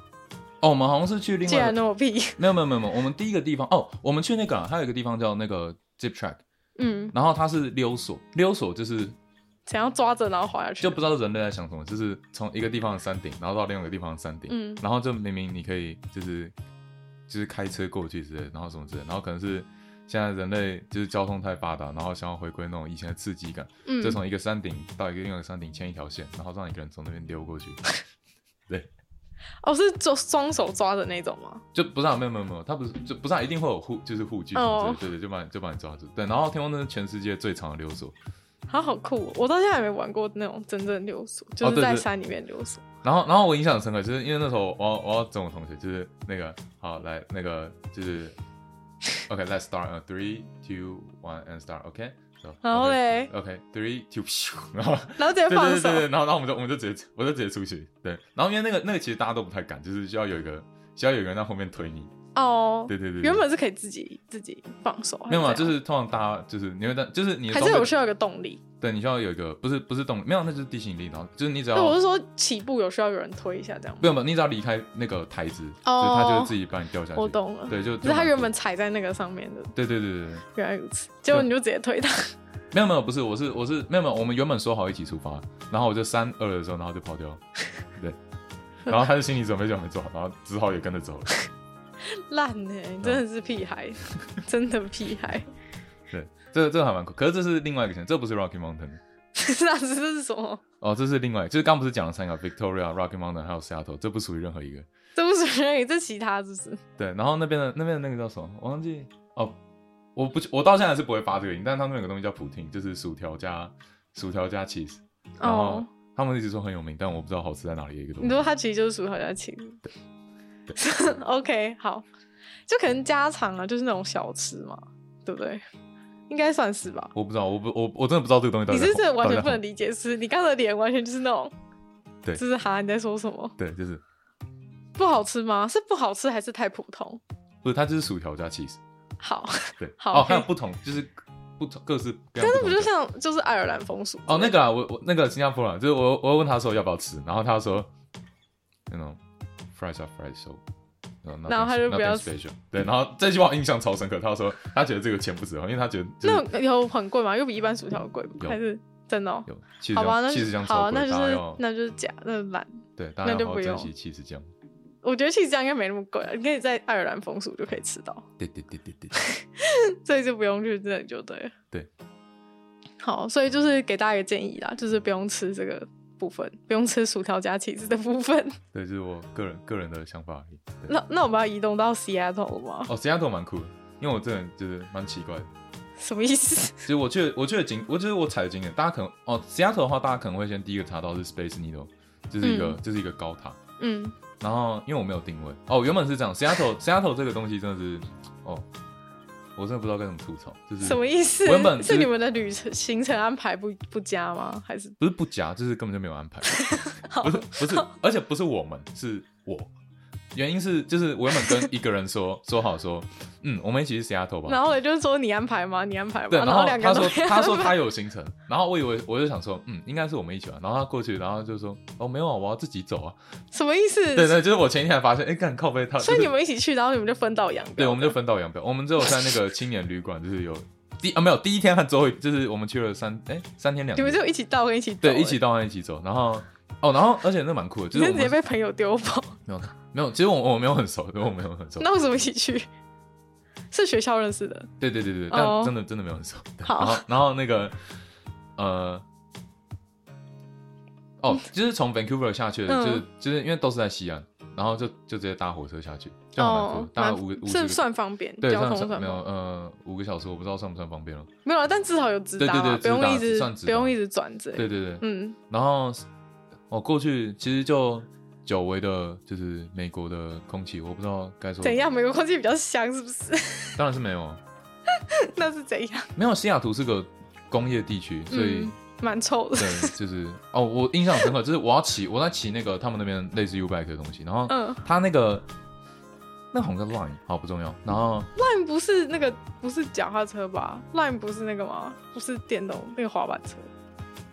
哦，我们好像是去另既外然一那个，么 屁，没有没有没有没有，我们第一个地方哦，我们去那个、啊，还有一个地方叫那个 zip track，嗯，然后它是溜索，溜索就是想要抓着然后滑下去，就不知道人类在想什么，就是从一个地方的山顶，然后到另外一个地方的山顶，嗯然后就明明你可以就是就是开车过去之类的，然后什么之类的，然后可能是现在人类就是交通太发达，然后想要回归那种以前的刺激感，嗯就从一个山顶到一个另外一个山顶牵一条线，然后让一个人从那边溜过去，哦是就双手抓着那种吗？就不是、啊、没有没有没有，他不是就不是、啊、一定会有护就是护具什么之类的，哦对对，就把你就把你抓住，对，然后天空灯是全世界最长的溜索，好好酷、哦，我到现在还没玩过那种真正的溜索，哦就对是对在山里面溜索。然后，然后我印象很深刻，就是因为那时候我要我要整我同学，就是那个好来那个就是 OK，let's、start a three two one and start OK，然后嘞，OK three two，然 后然后直接对对放哦对手，对，然后然后我们就我们就直接我就直接出去，对，然后因为那个那个其实大家都不太敢，就是需要有一个需要有一个人在后面推你，哦，对对对对原本是可以自己自己放手，没有嘛，还就是是通常大家就是你会在就是你怎样的还装是备有需要有个动力。对你需要有一个不是不是动力没有那就是地心引力，然后就是你只要对，我是说起步有需要有人推一下这样吗啊不。用不用，你只要离开那个台子，哦就是它就会自己把你掉下去，我懂了，对就就是他原本踩在那个上面的，对对对对对。原来如此。结果你就直接推 他，没有没有，不是，我是我是没有没有，我们原本说好一起出发，然后我就三二的时候，然后就 跑掉，对，然后他的心理准备就没做好，然后只好也跟着走了。烂呢、你啊真的是屁孩， 真的屁孩。 对，这个这个还蛮酷，可是这是另外一个钱，这不是 Rocky Mountain 那这是什么？哦，这是另外，就是刚不是讲了三个 Victoria、Rocky Mountain 还有 Seattle，这不属于任何一个。这不是人语，这其他就是对，然后那边的那边的那个叫什么，我忘记哦，我不我到现在还是不会发这个音，但他们有个东西叫普汀，就是薯条加薯条加 cheese，然后。哦。他们一直说很有名，但我不知道好吃在哪里的一个东你西。说他其实就是属于好像情 ，OK，好，就可能家常啊，就是那种小吃嘛，对不对？应该算是吧。我不知道，我不我我真的不知道这个东西到你底在是红。真的完到全底不在能理解，是你刚才的脸完全就是那种，对就是哈你在说什么？对，就是不好吃吗？是不好吃还是太普通？不是它就是薯条加 cheese，好，对，好哦，还有可以不同，就是不同各式各样但不是不同的。就像就是爱尔兰风俗哦，那个个啊，我我那个新加坡啊，就是我我问他说要不要吃，然后他说那种 fries are fried so，然后他就不要吃吃。对，然后这句话我印象超深刻，他说他觉得这个钱不值得，因为他觉得就是那种有很贵吗？又比一般薯条贵吗？有还是真的哦？有气好吧，那酱，气质酱好超啊，贵，哎那就大家是要那就是假，那是懒。对大家那就要好好不珍用惜气质酱。我觉得其实这样应该没那么贵啊，你可以在爱尔兰风俗就可以吃到，对对对对对，所以就不用去那里就对了。对，好，所以就是给大家一个建议啦，就是不用吃这个部分，不用吃薯条加起司的部分。对，这是我个人个人的想法而已。对那那我们要移动到 Seattle 了吗？哦，Seattle 蛮酷的，因为我这个人就是蛮奇怪的。什么意思？嗯其实我去的我去的景，我就是我踩的景点，大家可能哦，Seattle 的话，大家可能会先第一个查到是 Space Needle，这是一个、嗯这是一个高塔。嗯，然后因为我没有定位，哦，原本是这样，Seattle Seattle 这个东西真的是，哦，我真的不知道该怎么吐槽，就是什么意思？我原本就是是你们的旅程行程安排不不佳吗？还是不是不夹，就是根本就没有安排， 好不是不是，而且不是我们，是我。原因是就是我原本跟一个人说说好说，嗯，我们一起去 Seattle 吧。然后也就是说你安排吗？你安排吗？对，然后两个他人说都没他安说排他有行程， 然后我以为我就想说，嗯，应该是我们一起玩。然后他过去，然后就说，哦，没有啊，我要自己走啊。 什么意思？对对，就是我前一天才发现，哎，干靠背他，所以就是你们一起去，然后你们就分道扬镳。对，我们就分道扬镳。我们只有在那个青年旅馆，就是有第啊没有第一天和最后一，就是我们去了三哎三天两你们，夜就一起到跟一起走对，欸一起，到那一起走。然后哦，然后而且那蛮酷的，就你是是我直接们被朋友丢包，没有没有，其实我我没有很熟，我没有很熟。那为什么一起去？是学校认识的，对对对对，哦但真的真的没有 很熟。对好然后然后那个呃。 哦，就是从 Vancouver 下去的，嗯就是就是因为都是在西岸，然后就就直接搭火车下去，这样蛮酷的，哦，搭蛮五个五十是个算方便，对，交算通算算没有方便呃五个小时，我不知道算不算方便了。没有啊，但至少有直达对对嘛，对不用一直直达算直达不用一直转着。对对对，嗯，然后我过去其实就久违的，就是美国的空气，我不知道该说怎。样？美国空气比较香，是不是？ 当然是没有啊，那是怎样？没有西雅图是个工业地区，所以、嗯，蛮臭 的。对，就是哦，我印象深刻，就是我要骑，我在骑那个他们那边类似 U bike 的东西，然后嗯，它那个那好像叫 Line，好不重要，然后 Line 不是那个不是脚踏车吧？Line 不是那个吗？不是电动那个滑板车？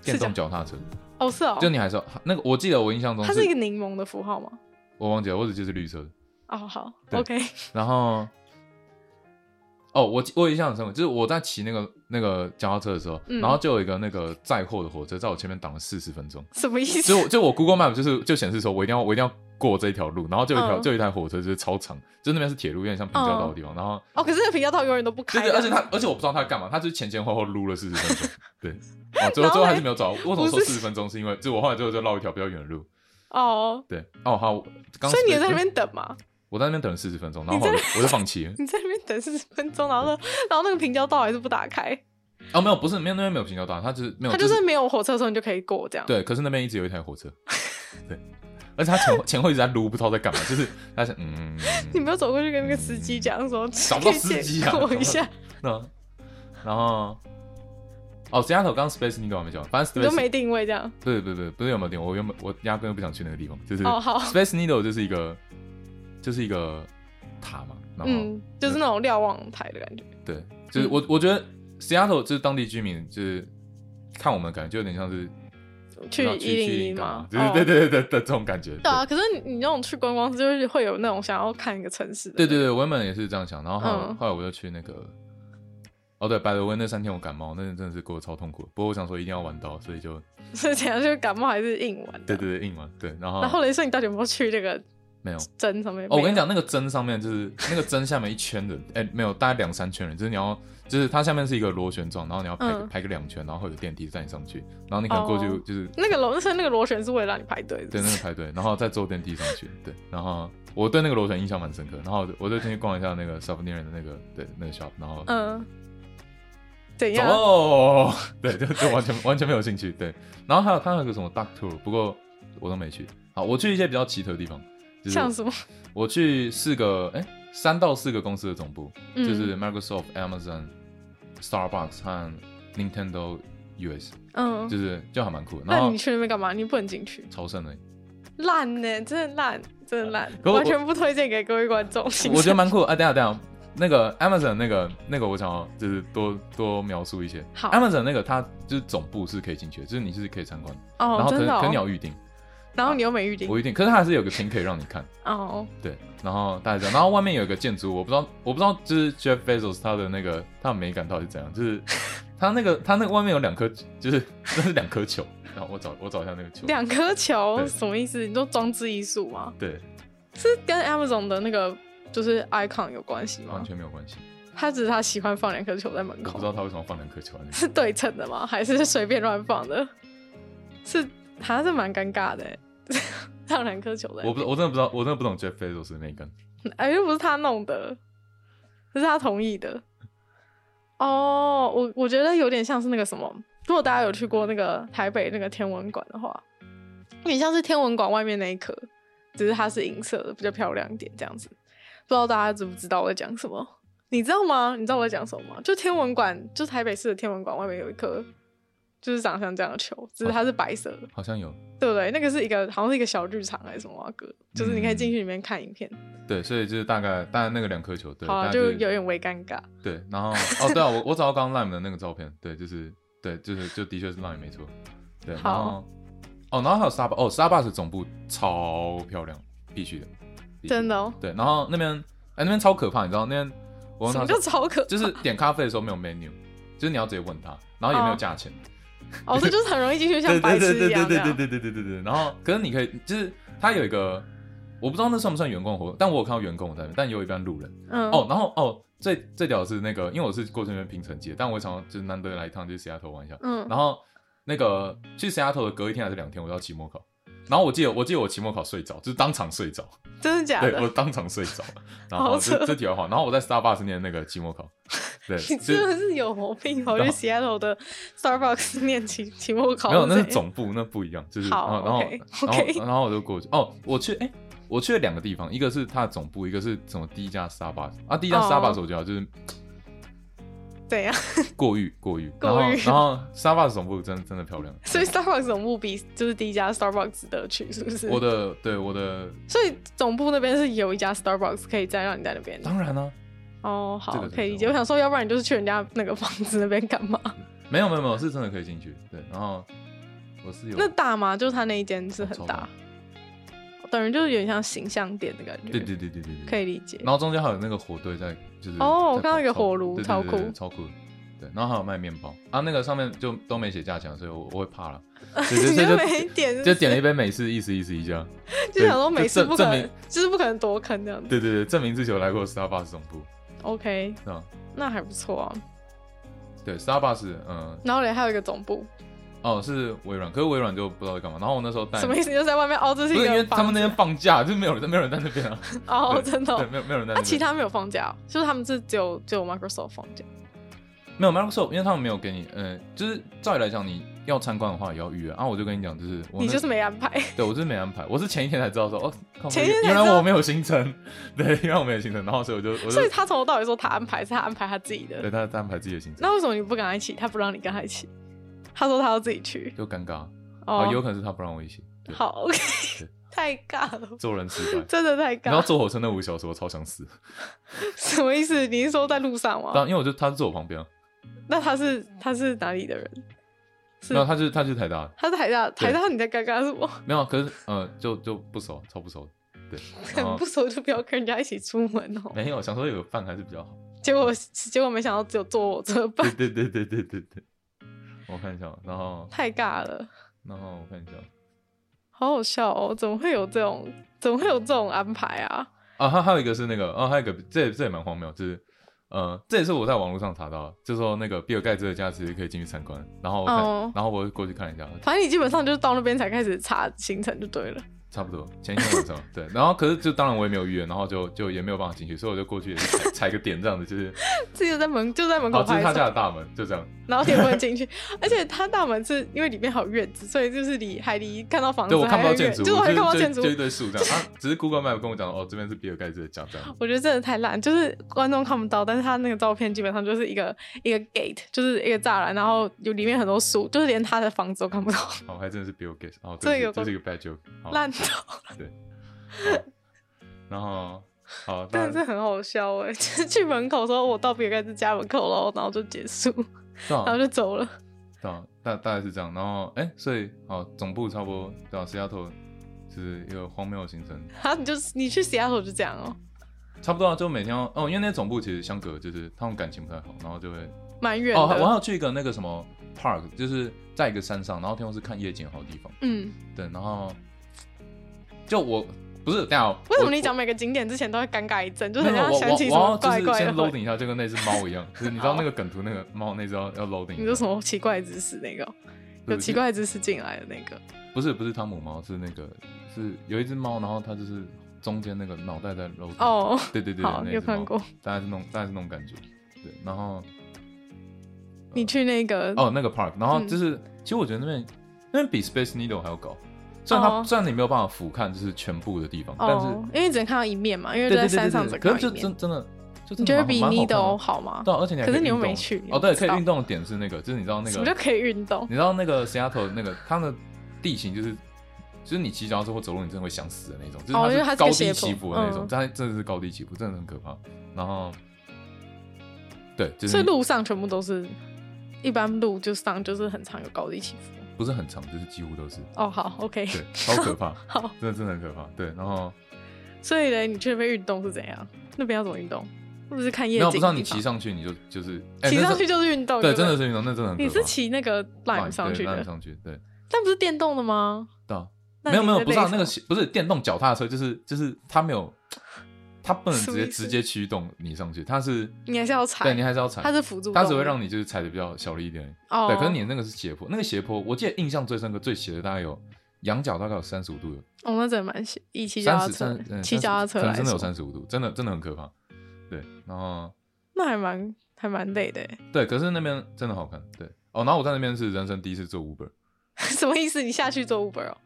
电动是脚踏车，哦，是哦，就你还是要那个，我记得我印象中它是一个柠檬的符号吗？我忘记了，我只记得是绿色的。哦，好对，OK， 然后，哦，我记我有印象很深刻，就是我在骑那个那个脚踏车的时候，嗯然后就有一个那个载货的火车在我前面挡了四十分钟，什么意思就？我就我 Google Map 就是就显示说我一定要我一定要过这一条路，然后就有一条、嗯就有一台火车就是超长，就那边是铁路，有点像平交道的地方，然后哦，可是那个平交道永远都不就开是的，而且他而且我不知道他在干嘛，他就是前前后后撸了四十 分钟，对，哦，最然后后最后还嘞是没有找到，为什么不说是四十分钟是因为就我后来最后就绕一条比较远的路，哦，对，哦好，我刚所以你也是在那边等嘛？我在那边等了四十分钟，然后后来我就放弃了。你在那边等四十分钟，然后那然后那个平交道还是不打开，哦，没有，不是，没有那边没有平交道，它就是没有，它就是没有火车的时候你就可以过这样。，对，可是那边一直有一台 火车，对，而且他前后前后一直在撸，不知道在干嘛，就是他想，嗯，你没有走过去跟那个司机讲说， 找不到司机啊可以借 过一下，那然后哦，西雅图刚 Space Needle 还没讲完，反你正都 Space 没定位这样。对对对对，不是有没有点，我原本我压根就不想去那个地方，就是哦，好， Space Needle 就是一个就是一个塔嘛，然后、嗯，就是那种瞭望台的感觉。对，就是我我觉得 Seattle 就是当地居民就是看我们的感觉就有点像是去要去一零去一干嘛吗？就是 哦对对对对的这种感觉，对啊，可是你你那种去观光，就是会有那种想要看一个城市的。对对对，我原本也是这样想，然后后来、嗯后来我就去那个，哦对，百乐温那三天我感冒，那天真的是过得超痛苦。不过我想说一定要玩到，所以就 所以怎样，就是感冒还是硬玩的。对对对硬玩。对，然后然后雷说你到底有没有去那个没有。针上面？哦，我跟你讲，讲，那个针上面就是那个针下面一圈人，哎、没有，大概两三圈人，就是你要，就是它下面是一个螺旋状，然后你要排个、嗯排个两圈，然后会有电梯带你上去，然后你可能过去哦就是、那个螺是那个螺旋是为了让你排队，是不对是那个排队，然后再坐电梯上去，对，然后我对那个螺旋印象蛮深刻，然后我就进去逛一下那个 souvenir 的那个对那个 shop，然后嗯，怎样？哦， 对，就就完全完全没有兴趣。对，然后还有他还有个什么 Duck Tour，不过我都没去。好，我去一些比较奇特的地方，就像是什么？我去四个，哎，三到四个公司的总部，嗯就是 Microsoft、Amazon、Starbucks 和 Nintendo US，嗯，就是就还蛮酷的。然那后你去那边干嘛？你不能进去，超盛的，烂呢，真的烂，真的烂，可我完全不推荐给各位观众。我觉得蛮酷的。哎、啊，等一下等一下。那个 Amazon 那个那个，我想要就是多多描述一些。好 Amazon 那个它就是总部是可以进去的，就是你是可以参观的，然哦，后可真能的可能你哦，要预定。然后你又没预定我一定，可是它还是有个屏可以让你看，哦，对。然后大家知道，然后外面有一个建筑，我不知道，我不知道，就是 Jeff Bezos 他的那个他的美感到底是怎样，就是 他那个他那个外面有两颗，就是那是两颗球，然后我找我找一下那个球，两颗球对什么意思？你都装置艺术吗？对，是跟 Amazon 的那个就是 icon 有关系完吗？全没有关系，他只是他喜欢放两颗球在门我不口知，道他为什么放两颗球啊在那边。是对称的吗？还是随便乱放的？是，好像是蛮尴尬的欸， 放两颗球在那边。我不，我真的不知道，我真的不懂 Jeff Bezos 的那一根。哎，又不是他弄的，这是他同意的。哦，我我觉得有点像是那个什么，如果大家有去过那个台北那个天文馆的话，有点像是天文馆外面那一颗，只是它是银色的，比较漂亮一点这样子。不知道大家知不知道我在讲什么？你知道吗？你知道我在讲什么吗？就天文馆，就台北市的天文馆外面有一颗，就是长像这样的球，只是它是白色的。好像有对不对？那个是一个好像是一个小剧场还是什么啊哥，就是你可以进去里面看影片。对，所以就是大概，大概那个两颗球，对，好大啊，概就是有点微尴尬。对，然后哦，对啊，我我找到刚刚 Lime 的那个照片，对，就是对，就是就的确是 Lime 没错，对，然后嗯好哦，然后还有 Starbucks，哦，Starbucks 总部超漂亮，必须的，必须真的哦，对，然后那边哎那边超可怕，你知道那边我问什他么说叫超可？就是点咖啡的时候没有 menu，就是你要直接问他，然后也没有价钱，哦，这就是很容易进去像对白对痴对一对样这对对对样。对对对对对。然后，可是你可以，就是他有一个，我不知道那算不算员工活动，但我有看到员工我在那边，但也有一般路人。嗯，哦，然后哦，最最屌的是那个，因为我是过去那边拼成绩的，但我常常就是难得来一趟，就是西雅图玩一下。嗯，然后那个去西雅图的隔一天还是两天，我要期末考。然后我记得，我记得我期末考睡着，就是当场睡着，真的假对我的？当场睡着。然好后扯这这题外话，然后我在 Starbucks 念那个期末考，对， 你就真的是有毛病！跑然去后 Seattle 的 Starbucks 念期期末考没有，那是怎样总部，那不一样。就是，然好后，然后 OK，然后 OK 然后我就过去。哦，我去，哎、我去了两个地方，一个是它的总部，一个是什么第一家 Starbucks 啊，第一家哦 Starbucks 我觉得就是怎样？ 过誉，过誉。过然后，誉然后 Starbucks 总部真真的漂亮。所以 Starbucks 总部比就是第一家 Starbucks 值得去，是不是？我的，对我的，所以总部那边是有一家 Starbucks 可以再让你在那边。当然啊呢、哦，这好，个可以理这解。个我想说，要不然你就是去人家那个房子那边干嘛？没有没有没有，是真的可以进去。对，然后我是有那大吗？就是他那一间是很大哦，等于就是有点像形象店的感觉。对对对对对对，可以。以理解。然后中间还有那个火堆在，就是哦我看在到烤一个火烤炉对对超对对酷超酷的。对，然后还有卖面包啊，那个上面就都没写价钱，所以我我会 怕了。对对你对就就 没点是不，就是点了一杯美式，意思意思一下。就想说对每次就不可证能证，就是不可能多坑这样子。对对对，证明自己有来过 Starbucks 总部， OK，是啊吧？那还不错啊。对，Starbucks，嗯、然后嘞，还有一个总部，哦，是微软，可是微软就不知道在干嘛。然后我那时候带，什么不意思？就是在外面哦，这是是一个因为他房们那子边放假，就没有人，没有人在那边啊。哦，对真的对，哦。没有没有人在那边。那其他没有放假哦，就是他们是只有只有 Microsoft 放假。没有 Microsoft，因为他们没有给你，呃，就是照理来讲，你要参观的话也要预约啊。我就跟你讲，就是我你那就是没安排，对我就是没安排，我是前一天才知道说， 哦，靠前一天才原来知道我没有行程， 对，原来我没有行程，然后所以我就我 就所以他从头到尾说他安排是他安排他自己的对。他他安排自己的行程，那为什么你不跟他一起？他不让你跟他一起，他说他要自己去。就尴尬啊，哦，有可能是他不让我一起，对，好 OK，对 太尬了，做人 失败。真的太尬然后了。坐火车那五个小时，我超想死。什么意思？你是说在路上吗？当因为我就他坐我旁边啊，那他是他是哪里的人？是没有，他就是他就是台大的，他是台大，台对大你在尴尬什么？没有，可是呃，就就不熟，超不熟的，对，很然后 不熟就不要跟人家一起出门哦。没有想说有个饭还是比较好，结果结果没想到只有坐我这班对，对对对对对对，我看一下，然后太尬了，然后我看一下好好笑哦！怎么会有这种怎么会有这种安排啊？啊，还还有一个是那个啊，还有一个这也这也蛮荒谬，就是。呃，这也是我在网络上查到的，就说那个比尔盖茨的家其实可以进去参观，然后我看哦然后我就过去看一下，反正你基本上就是到那边才开始查行程就对了。差不多前一天晚上，对，然后可是就当然我也没有预约，然后就就也没有办法进去，所以我就过去也是踩踩个点这样子，就是自己在门就在门口哦，这拍是他照，家的大门，就这样。然后也不能进去， 而且他大门是因为里面还有院子，所以就是离还离看到房子对我看还不到很建远，筑物，就是我还看不到就建筑物就一堆树这样。啊，只是 Google Map 跟我讲哦，这边是比尔盖茨的家这样。我觉得真的太烂，就是观众看不到，但是他那个照片基本上就是一个一个 gate，就是一个栅栏，然后有里面很多树，就是连他的房子都看不到，哦，还真的是比尔盖茨。哦，这对有不起这是一个 bad joke。好，烂到，然后 好，真当的是然很好笑哎！就是去门口说我到比尔盖茨家门口喽，然后就结束，对然后啊就走了。对啊，大大概是这样。然后哎，所以哦，总部差不多对啊，西雅图就是一个荒谬的行程，然后你就是你去西雅图就这样哦，差不多啊，就每天要哦，因为那些总部其实相隔就是他们感情不太好，然后就会蛮远哦，我还的。有去一个那个什么 park，就是在一个山上，然后天空是看夜景的好地方。嗯，对，然后就我不是，等一下哦为什么我你讲每个景点之前都会尴尬一阵，就没很有像我想起什我我么要就怪是怪先的？ loading 一下，就跟那只猫一样，就是你知道那个梗图那个猫那只要要 loading，你说什么奇怪的知识那个哦？不有是奇？怪的知识进来的那个，不是不是汤姆猫，是那个是有一只猫，然后它就是中间那个脑袋在 loading。哦，对对对，好那有只看猫过，大概是那种大概是那种感觉。对，然后你去那个哦那个 park，然后就是、其实我觉得那边那边比 Space Needle 还要高，虽然它、哦虽然你没有办法俯瞰就是全部的地方，但是哦，因为你只能看到一面嘛，因为对在对对山对上对只能可看是到就一面真，真的就真你的觉得蛮比蛮好看的 Needle 好吗？对啊，而且你还可是以你又运动没去哦，对，你不知可道以运动的点是那个，就是你知道那什么叫个，可以运动？你知道那个 Seattle 那个它的地形就是，就是你骑脚踏车或走路，你真的会想死的那种，哦就因是为它它是是高个低斜起坡伏的那种，嗯它真的是高低起伏，真的很可怕。然后，对，就是所以路上全部都是，一般路就上就是很常有高低起伏。不是很长，就是几乎都是，哦，好，OK， 对，超可怕，好。真的真的很可怕。对，然后所以呢，你去那边运动是怎样？那边要怎么运动？是不是看夜没有景？不知道你骑，上去你就就是哎骑那上是去就是运动。对，不真的是运动，那真的很可你怕。是骑那个 Lime， Lime 上去对，Lime 的，上去，对，但不是电动的吗？对啊。那没有你没有，在不是、啊、累那个什是不是电动脚踏车，就是就是它没有，它不能直什接么意思直接驱动你上去，它是么，你还是要踩对，你还是要踩，它是辅助动的，它只会让你就是踩的比较小了一点。哦，对，可是你那个是斜坡，那个斜坡我记得印象最深刻，最斜的大概有仰角大概有三十五度有，哦，那真的蛮斜，以骑脚三踏十车三，嗯骑脚踏车可能来真的有说，三十五度，真的真的很可怕。对，然后那还蛮还蛮累的耶。欸对，可是那边真的好看，对哦，然后我在那边是人生第一次坐 Uber， 什么意思？你下去做 Uber 哦？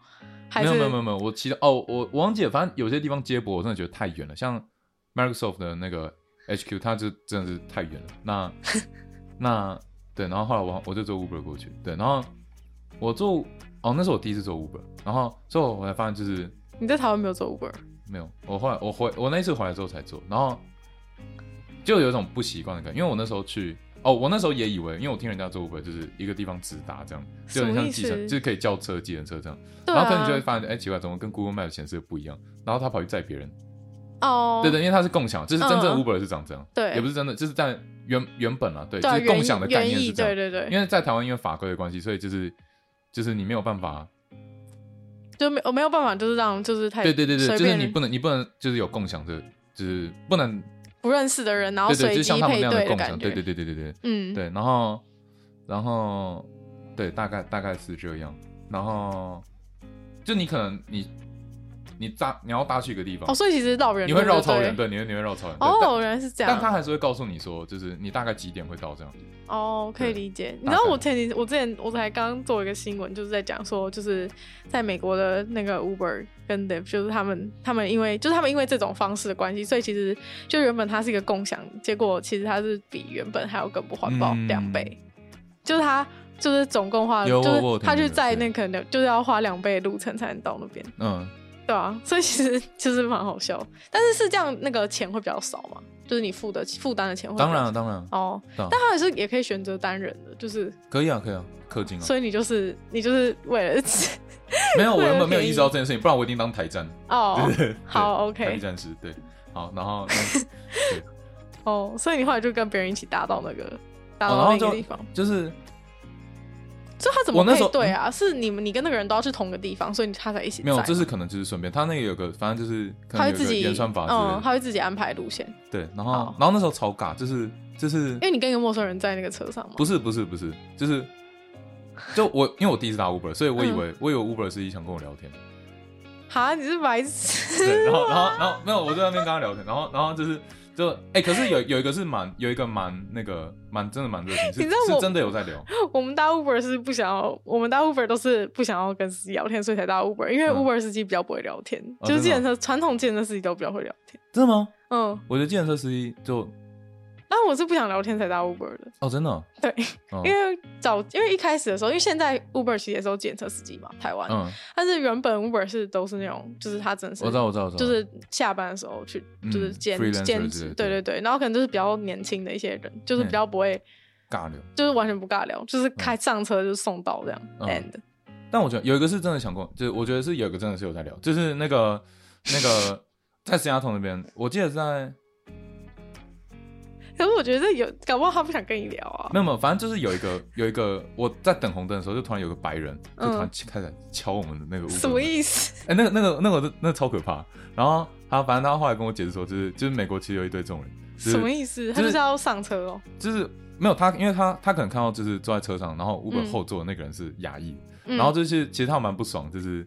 还嗯没是有没有没有没有，我骑的哦，我我忘记了，反正有些地方接驳我真的觉得太远了，像 Microsoft 的那个 HQ，它就真的是太远了。 那那对，然后后来我我就坐 Uber 过去，对，然后我坐哦，那是我第一次坐 Uber，然后之后我才发现就是你在台湾没有做 Uber？没有，我后来我回我那一次回来之后才坐，然后就有一种不习惯的感觉，因为我那时候去。哦，我那时候也以为，因为我听人家坐 Uber 就是一个地方直达这样，就有点像计什么程，意思就是可以叫车、计程车这样。对然啊，后可能你就会发现，哎、奇怪，怎么跟 Google Map 显示的不一样？然后他跑去载别人，哦，对对，因为它是共享，就是真嗯正 Uber 是长这样，对也不是真的，就是在原原本啊，对，对啊，就是共享的原概意念原是意这样，对对对，因为在台湾因为法规的关系，所以就是就是你没有办法，就没我没有办法，就是让就是太对对对对，随就是便你不能你不能就是有共享的，就是不能，不认识的人，然后对对，就随机是像他们配那样对共享，感觉，对对对对对对嗯，对，然后然后对，大概大概是这样，然后就你可能你你搭你要搭去一个地方哦，。所以其实绕人你会路就绕超人，对，对，你会你会绕超人。对但哦，原来是这但样，他还是会告诉你说，就是你大概几点会到这样。哦，可以对理解。你大知道概我前几我之前我才刚做一个新闻，就是在讲说，就是在美国的那个 Uber 跟 Lyft，就是他们他们因为就是他们因为这种方式的关系，所以其实就原本它是一个共享，结果其实它是比原本还要更不环保嗯两倍，就是它。就是总共花，有就我我是有听他那就个在对那可能就是要花两倍的路程才能到那边，嗯，对啊，所以其实 其实蛮好笑，但是是这样，那个钱会比较少嘛，就是你付的负担的钱会比较当然少了当然了，哦，对啊但他们是也可以选择单人的，就是可以啊可以啊，氪金啊。所以你就是你就是为了 没有，我为了原本没有便宜意识到这件事情，不然我一定当台战。哦对对好台币 OK 战士对。好，然后对哦，所以你后来就跟别人一起搭到那个搭哦然到后那个就地方， 就是所以他怎我么那时配候嗯对啊？是你们你跟那个人都要去同个地方，所以他才一起没有，载这吗是可能就是顺便，他那个有个反正就是可他会能有自个己演算法之嗯，类的。他会自己安排路线，因对，然后好然后那时候超尬，就是就是为你跟一个陌生人在那个车上嘛，不是不是不是，就是就我因为我第一次打 Uber，所以我以为嗯我以为 Uber 是一想跟我聊天。哈，你是白痴， 对，然后然后然后没有，我就在那边跟他聊天，然后然后就是就哎、可是有有一个是蛮有一个蛮那个蛮真的蛮热情，是你知道我是真的有在 聊，我们搭 Uber 是不想要，我们搭 Uber 都是不想要跟司机聊天，所以才搭 Uber，因为嗯 Uber 司机比较不会聊天，哦就是真计的程车传统计程车司机都比较会聊天，真的吗？嗯，我觉得计程车司机就但我是不想聊天才搭 Uber 的，哦真的哦， 对，哦因为早因为一开始的时候，因为现在 Uber 其实也是有检测司机嘛，台湾，嗯，但是原本 Uber 是都是那种，就是他真的是我知道我知道我知道，就是下班的时候去，嗯就是兼、 freelancer 兼之职，类的嗯对对对，然后可能就是比较年轻的一些人，就是比较不会，尬聊。就是完全不尬聊，就是开上车就送到这样、嗯 e n d 但我觉得有一个是真的想过，就是我觉得是有一个真的是有在聊，就是那个那个在石崖头那边，我记得在可是我觉得有，搞不好他不想跟你聊啊。没有没有，反正就是有一个有一个我在等红灯的时候，就突然有个白人就嗯突然开始敲我们的那个屋。什么意思？哎、那个那个那个那个超可怕。然后他反正他后来跟我解释说，就是就是美国其实有一堆这种人，就是、什么意思？他就就是是要上车哦。就是没有他，因为他他可能看到就是坐在车上，然后 Uber 嗯后座的那个人是亚裔，嗯然后就是其实他们蛮不爽，就是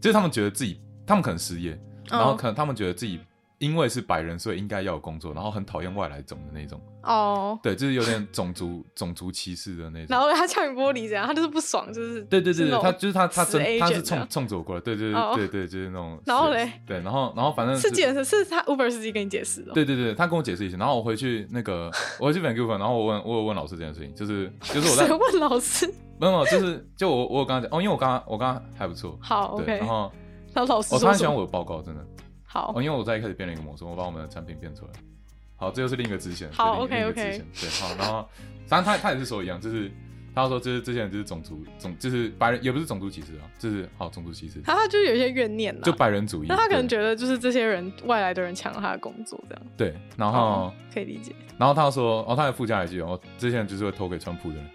就是他们觉得自己他们可能失业，嗯然后可能他们觉得自己因为是白人，所以应该要有工作，然后很讨厌外来种的那种，哦，对，就是 有点种族种族歧视的那然种。后他敲你玻璃这样，他就是不爽，就是对对对是对，那他种就是他，他死真他是 agent 这冲样冲着我过来，对对哦对对对，就是那种。然后嘞？对，然后然后反正是解释是他 Uber 司机跟你解释的。嗯哦对对对，他跟我解释一下，然后我回去那个， 我回去本 Q 粉，然后我问，我有问老师这件事情，就是就 是我在谁问老师？没有没有，就是就我我有跟他讲，哦，因为我刚刚我刚刚还不错，好对， ，OK。然后然后老师我突说然什喜欢么？我的报告，真的，好哦，，因为我在一开始变了一个魔术，我把我们的产品变出来，好，这又是另一个支线，好这是另 OK，OK 另一个支线，对，好，然后反正他他也是说一样，就是他说就是这些人就是种族种就是白人也不是种族歧视啊，就是好种族歧视，他他就有一些怨念就啦。白人主义，那他可能对觉得就是这些人外来的人抢了他的工作这样。对，然后可以理解。然后他说，哦，他还附加了一句，哦，这些人就是会投给川普的人。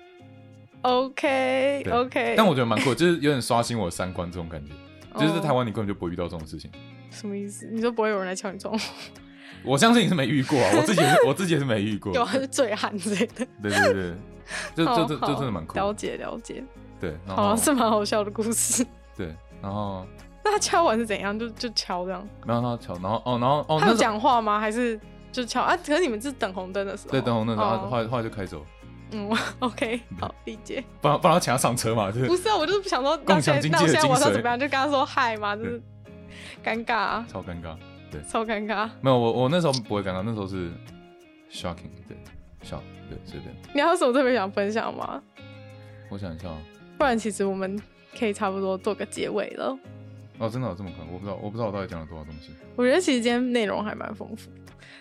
OK 对 OK，但我觉得蛮酷的，就是有点刷新我的三观这种感觉。就是在台哦湾，你根本就不会遇到这种事情。什么意思？你说不会有人来敲你 钟，我相信你是没遇过 啊，我自己也是，我自己也是没遇过。有还是醉汉之类的？ 对对对，这这这好这真的蛮酷的。了解了解，对，然好后像是蛮好笑的故事。 对，然后那他敲完是怎样？就就敲这样？然后他巧，然后哦，然后哦，他有那时候讲话吗？还是就敲啊？可是你们是等红灯的时候？对，等红灯，然后哦后来后来就开走，嗯 ，OK，好理解。不然不然要请他上车嘛， 就是不是啊，我就是想说，那共享现在经济那我的现在精晚上髓怎么样？就跟他说嗨 嘛，嗯就是尴尬啊，超尴尬。超尴尬。没有，我我那时候不会尴尬，那时候是 shocking，对，shock，对，随便。你还有什么特别想分享吗？我想一下啊，不然其实我们可以差不多做个结尾了。哦，真的有这么快？我不知道，我不知道我到底讲了多少东西。我觉得其实今天内容还蛮丰富，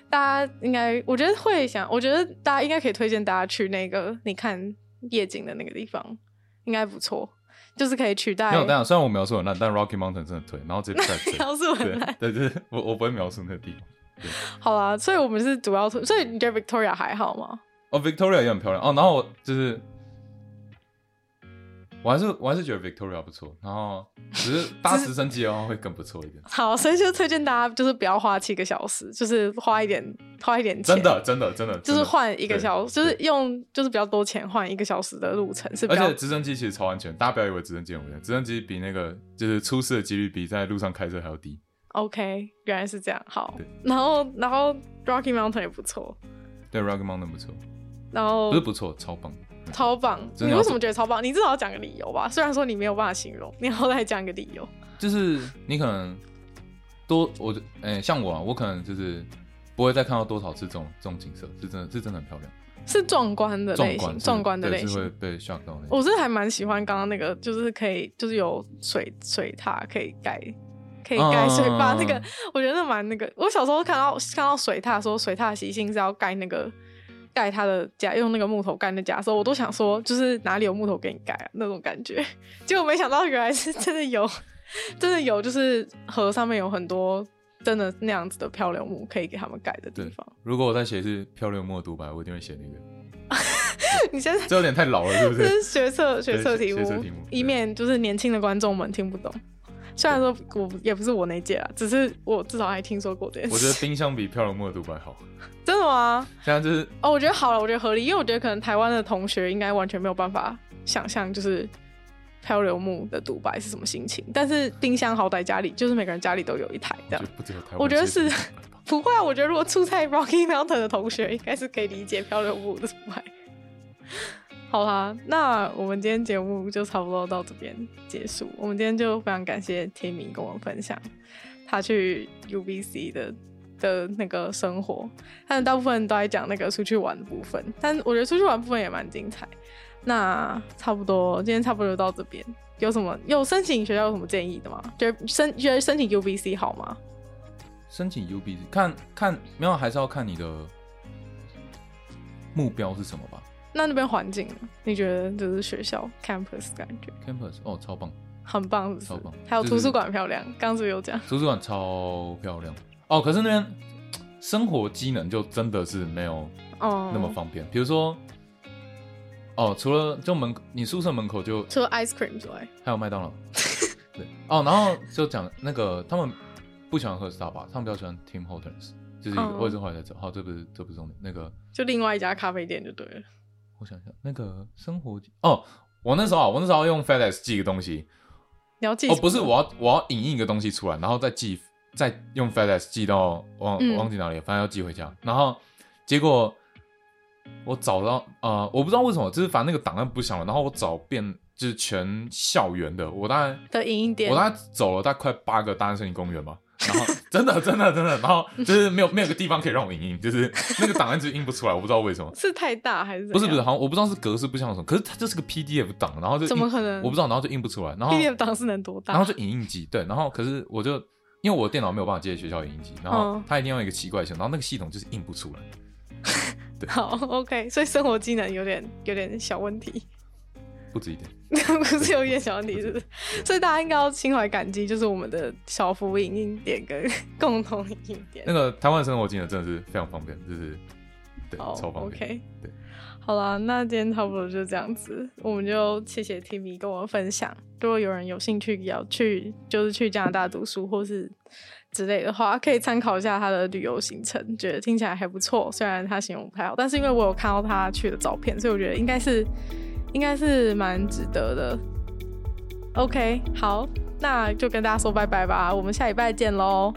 大家应该我觉得会想，我觉得大家应该可以推荐大家去那个你看夜景的那个地方，应该不错，就是可以取代没。有，但虽然我描述很烂，但 Rocky Mountain 真的推，然后直接 p r 要是很烂 对，对，就是我我不会描述那个地方。好啦，所以我们是主要推，所以你觉得 Victoria 还好吗？哦，Victoria 也很漂亮哦。然后我就是，我还是我还是觉得 Victoria 不错。然后只是搭直升机的话会更不错一点。好，所以就推荐大家就是不要花七个小时，就是花一点花一点钱，嗯真的，真的，真的，就真是的。换一个小时，对就是用就是比较多钱换一个小时的路程是比而较且直升机其实超安全，大家不要以为直升机很危险，直升机比那个就是出事的几率比在路上开车还要低。 OK，原来是这样。好对，然后然后 Rocky Mountain 也不错，对，Rocky Mountain 不错，然后不是不错，超棒。超棒！真你的要为什么觉得超棒？你至少要讲个理由吧。虽然说你没有办法形容，你好歹讲个理由。就是你可能多，我就哎、像我啊，我可能就是不会再看到多少次这种这种景色，是真的是真的很漂亮，是壮观的壮类型，观壮观的对类是会型。被 shock 到那种。我是还蛮喜欢刚刚那个，就是可以，就是有水水塔可以盖，可以盖水坝、嗯那个，我觉得蛮那个。我小时候看到看到水塔说水塔的习性是要盖那个盖它的家，用那个木头盖的家的时候，我都想说就是哪里有木头给你盖啊那种感觉， 结果没想到原来是真的有， 真的有，就是河上面有很多真的那样子的漂流木可以给他们盖的地对方。如果我在写是漂流木的独白，我一定会写那个。 你现在这有点太老了，是不 这是是？学测学测题学测目题目，对以免就是年轻的观众们听不懂。虽然说我也不是我那届啦，啊只是我至少还听说过这件事。我觉得冰箱比漂流木的独白好。 真的吗？现在就是哦，我觉得好了，我觉得合理，因为我觉得可能台湾的同学应该完全没有办法想象就是漂流木的独白是什么心情。但是冰箱好歹家里就是每个人家里都有一台这我觉样得。不只有台湾，啊我觉得是世界各地吧不会啊，我觉得如果住在 Rocky Mountain 的同学，应该是可以理解漂流木的独白。 好啦，那我们今天节目就差不多到这边结束。我们今天就非常感谢 Timmy 跟我们分享他去 UBC 的的那个生活，但大部分都在讲那个出去玩的部分，但我觉得出去玩部分也蛮精彩。那差不多，今天差不多就到这边。有什么有申请学校有什么建议的吗？觉得申觉得申请 UBC 好吗？ 申请 UB 看看没有，还是要看你的目标是什么吧。那那边环境呢，你觉得就是学校 campus 感觉 Campus 哦，超棒，很棒，是不是？超棒还有就图是书馆漂亮，刚刚是不是有讲？图书馆超漂亮哦。可是那边生活机能就真的是没有哦，那么方便。比如说，哦，除了就门你宿舍门口就除了 ice cream 之外，还有麦当劳，对哦，然后就讲那个他们不喜欢喝 Starbucks，他们比较喜欢 Tim Hortons，就是一个、哦我也是后来才知道，好，这不是这不是重点，那个就另外一家咖啡店就对了。我想一下，那个生活机哦，我那时候啊我那时候要用 FedEx 寄一个东西，你要记哦，什不是，么我要我要影印一个东西出来，然后再寄，再用 FedEx 寄到忘嗯我忘记哪里了，反正要寄回家。然后结果我找到呃，我不知道为什么，就是反正那个档案不响了，然后我找遍就是全校园的，我大概的影音店，我大概走了大概快八个大安森林公园吧。然后 真的真的真的，然后就是没有没有个地方可以让我影印，就是 那个档案就印不出来，我不知道为 什么。是太大还是怎不是不是，样好像我不知道是格式不相同，可是它就是个 PDF 档，然后就印啊怎么可能我不知道，然后就印不出来，然后 PDF 档是能多大？然后就影印机，对，然后可是我就因为我电脑没有办法接学校影印机，然后嗯它一定要有一个奇怪的系统，然后那个系统就是印不出来。好，OK，所以生活技能有点有点小问题， 不止一点，不是有点小问题，是不是？所以大家应该要心怀感激，就是我们的小福影音店跟共同影音店那。个台湾生活技能真的是非常方便，就是对，哦超方便。 OK，对，好啦，那今天差不多就这样子，我们就谢谢 Timmy 跟我们分享。如果有人有兴趣也要去，就是去加拿大读书或是之类的话，可以参考一下他的旅游行程，觉得听起来还不错。虽然他形容不太好，但是因为我有看到他去的照片，所以我觉得应该是应该是蛮值得 的。OK，好，那就跟大家说拜拜吧，我们下礼拜见喽，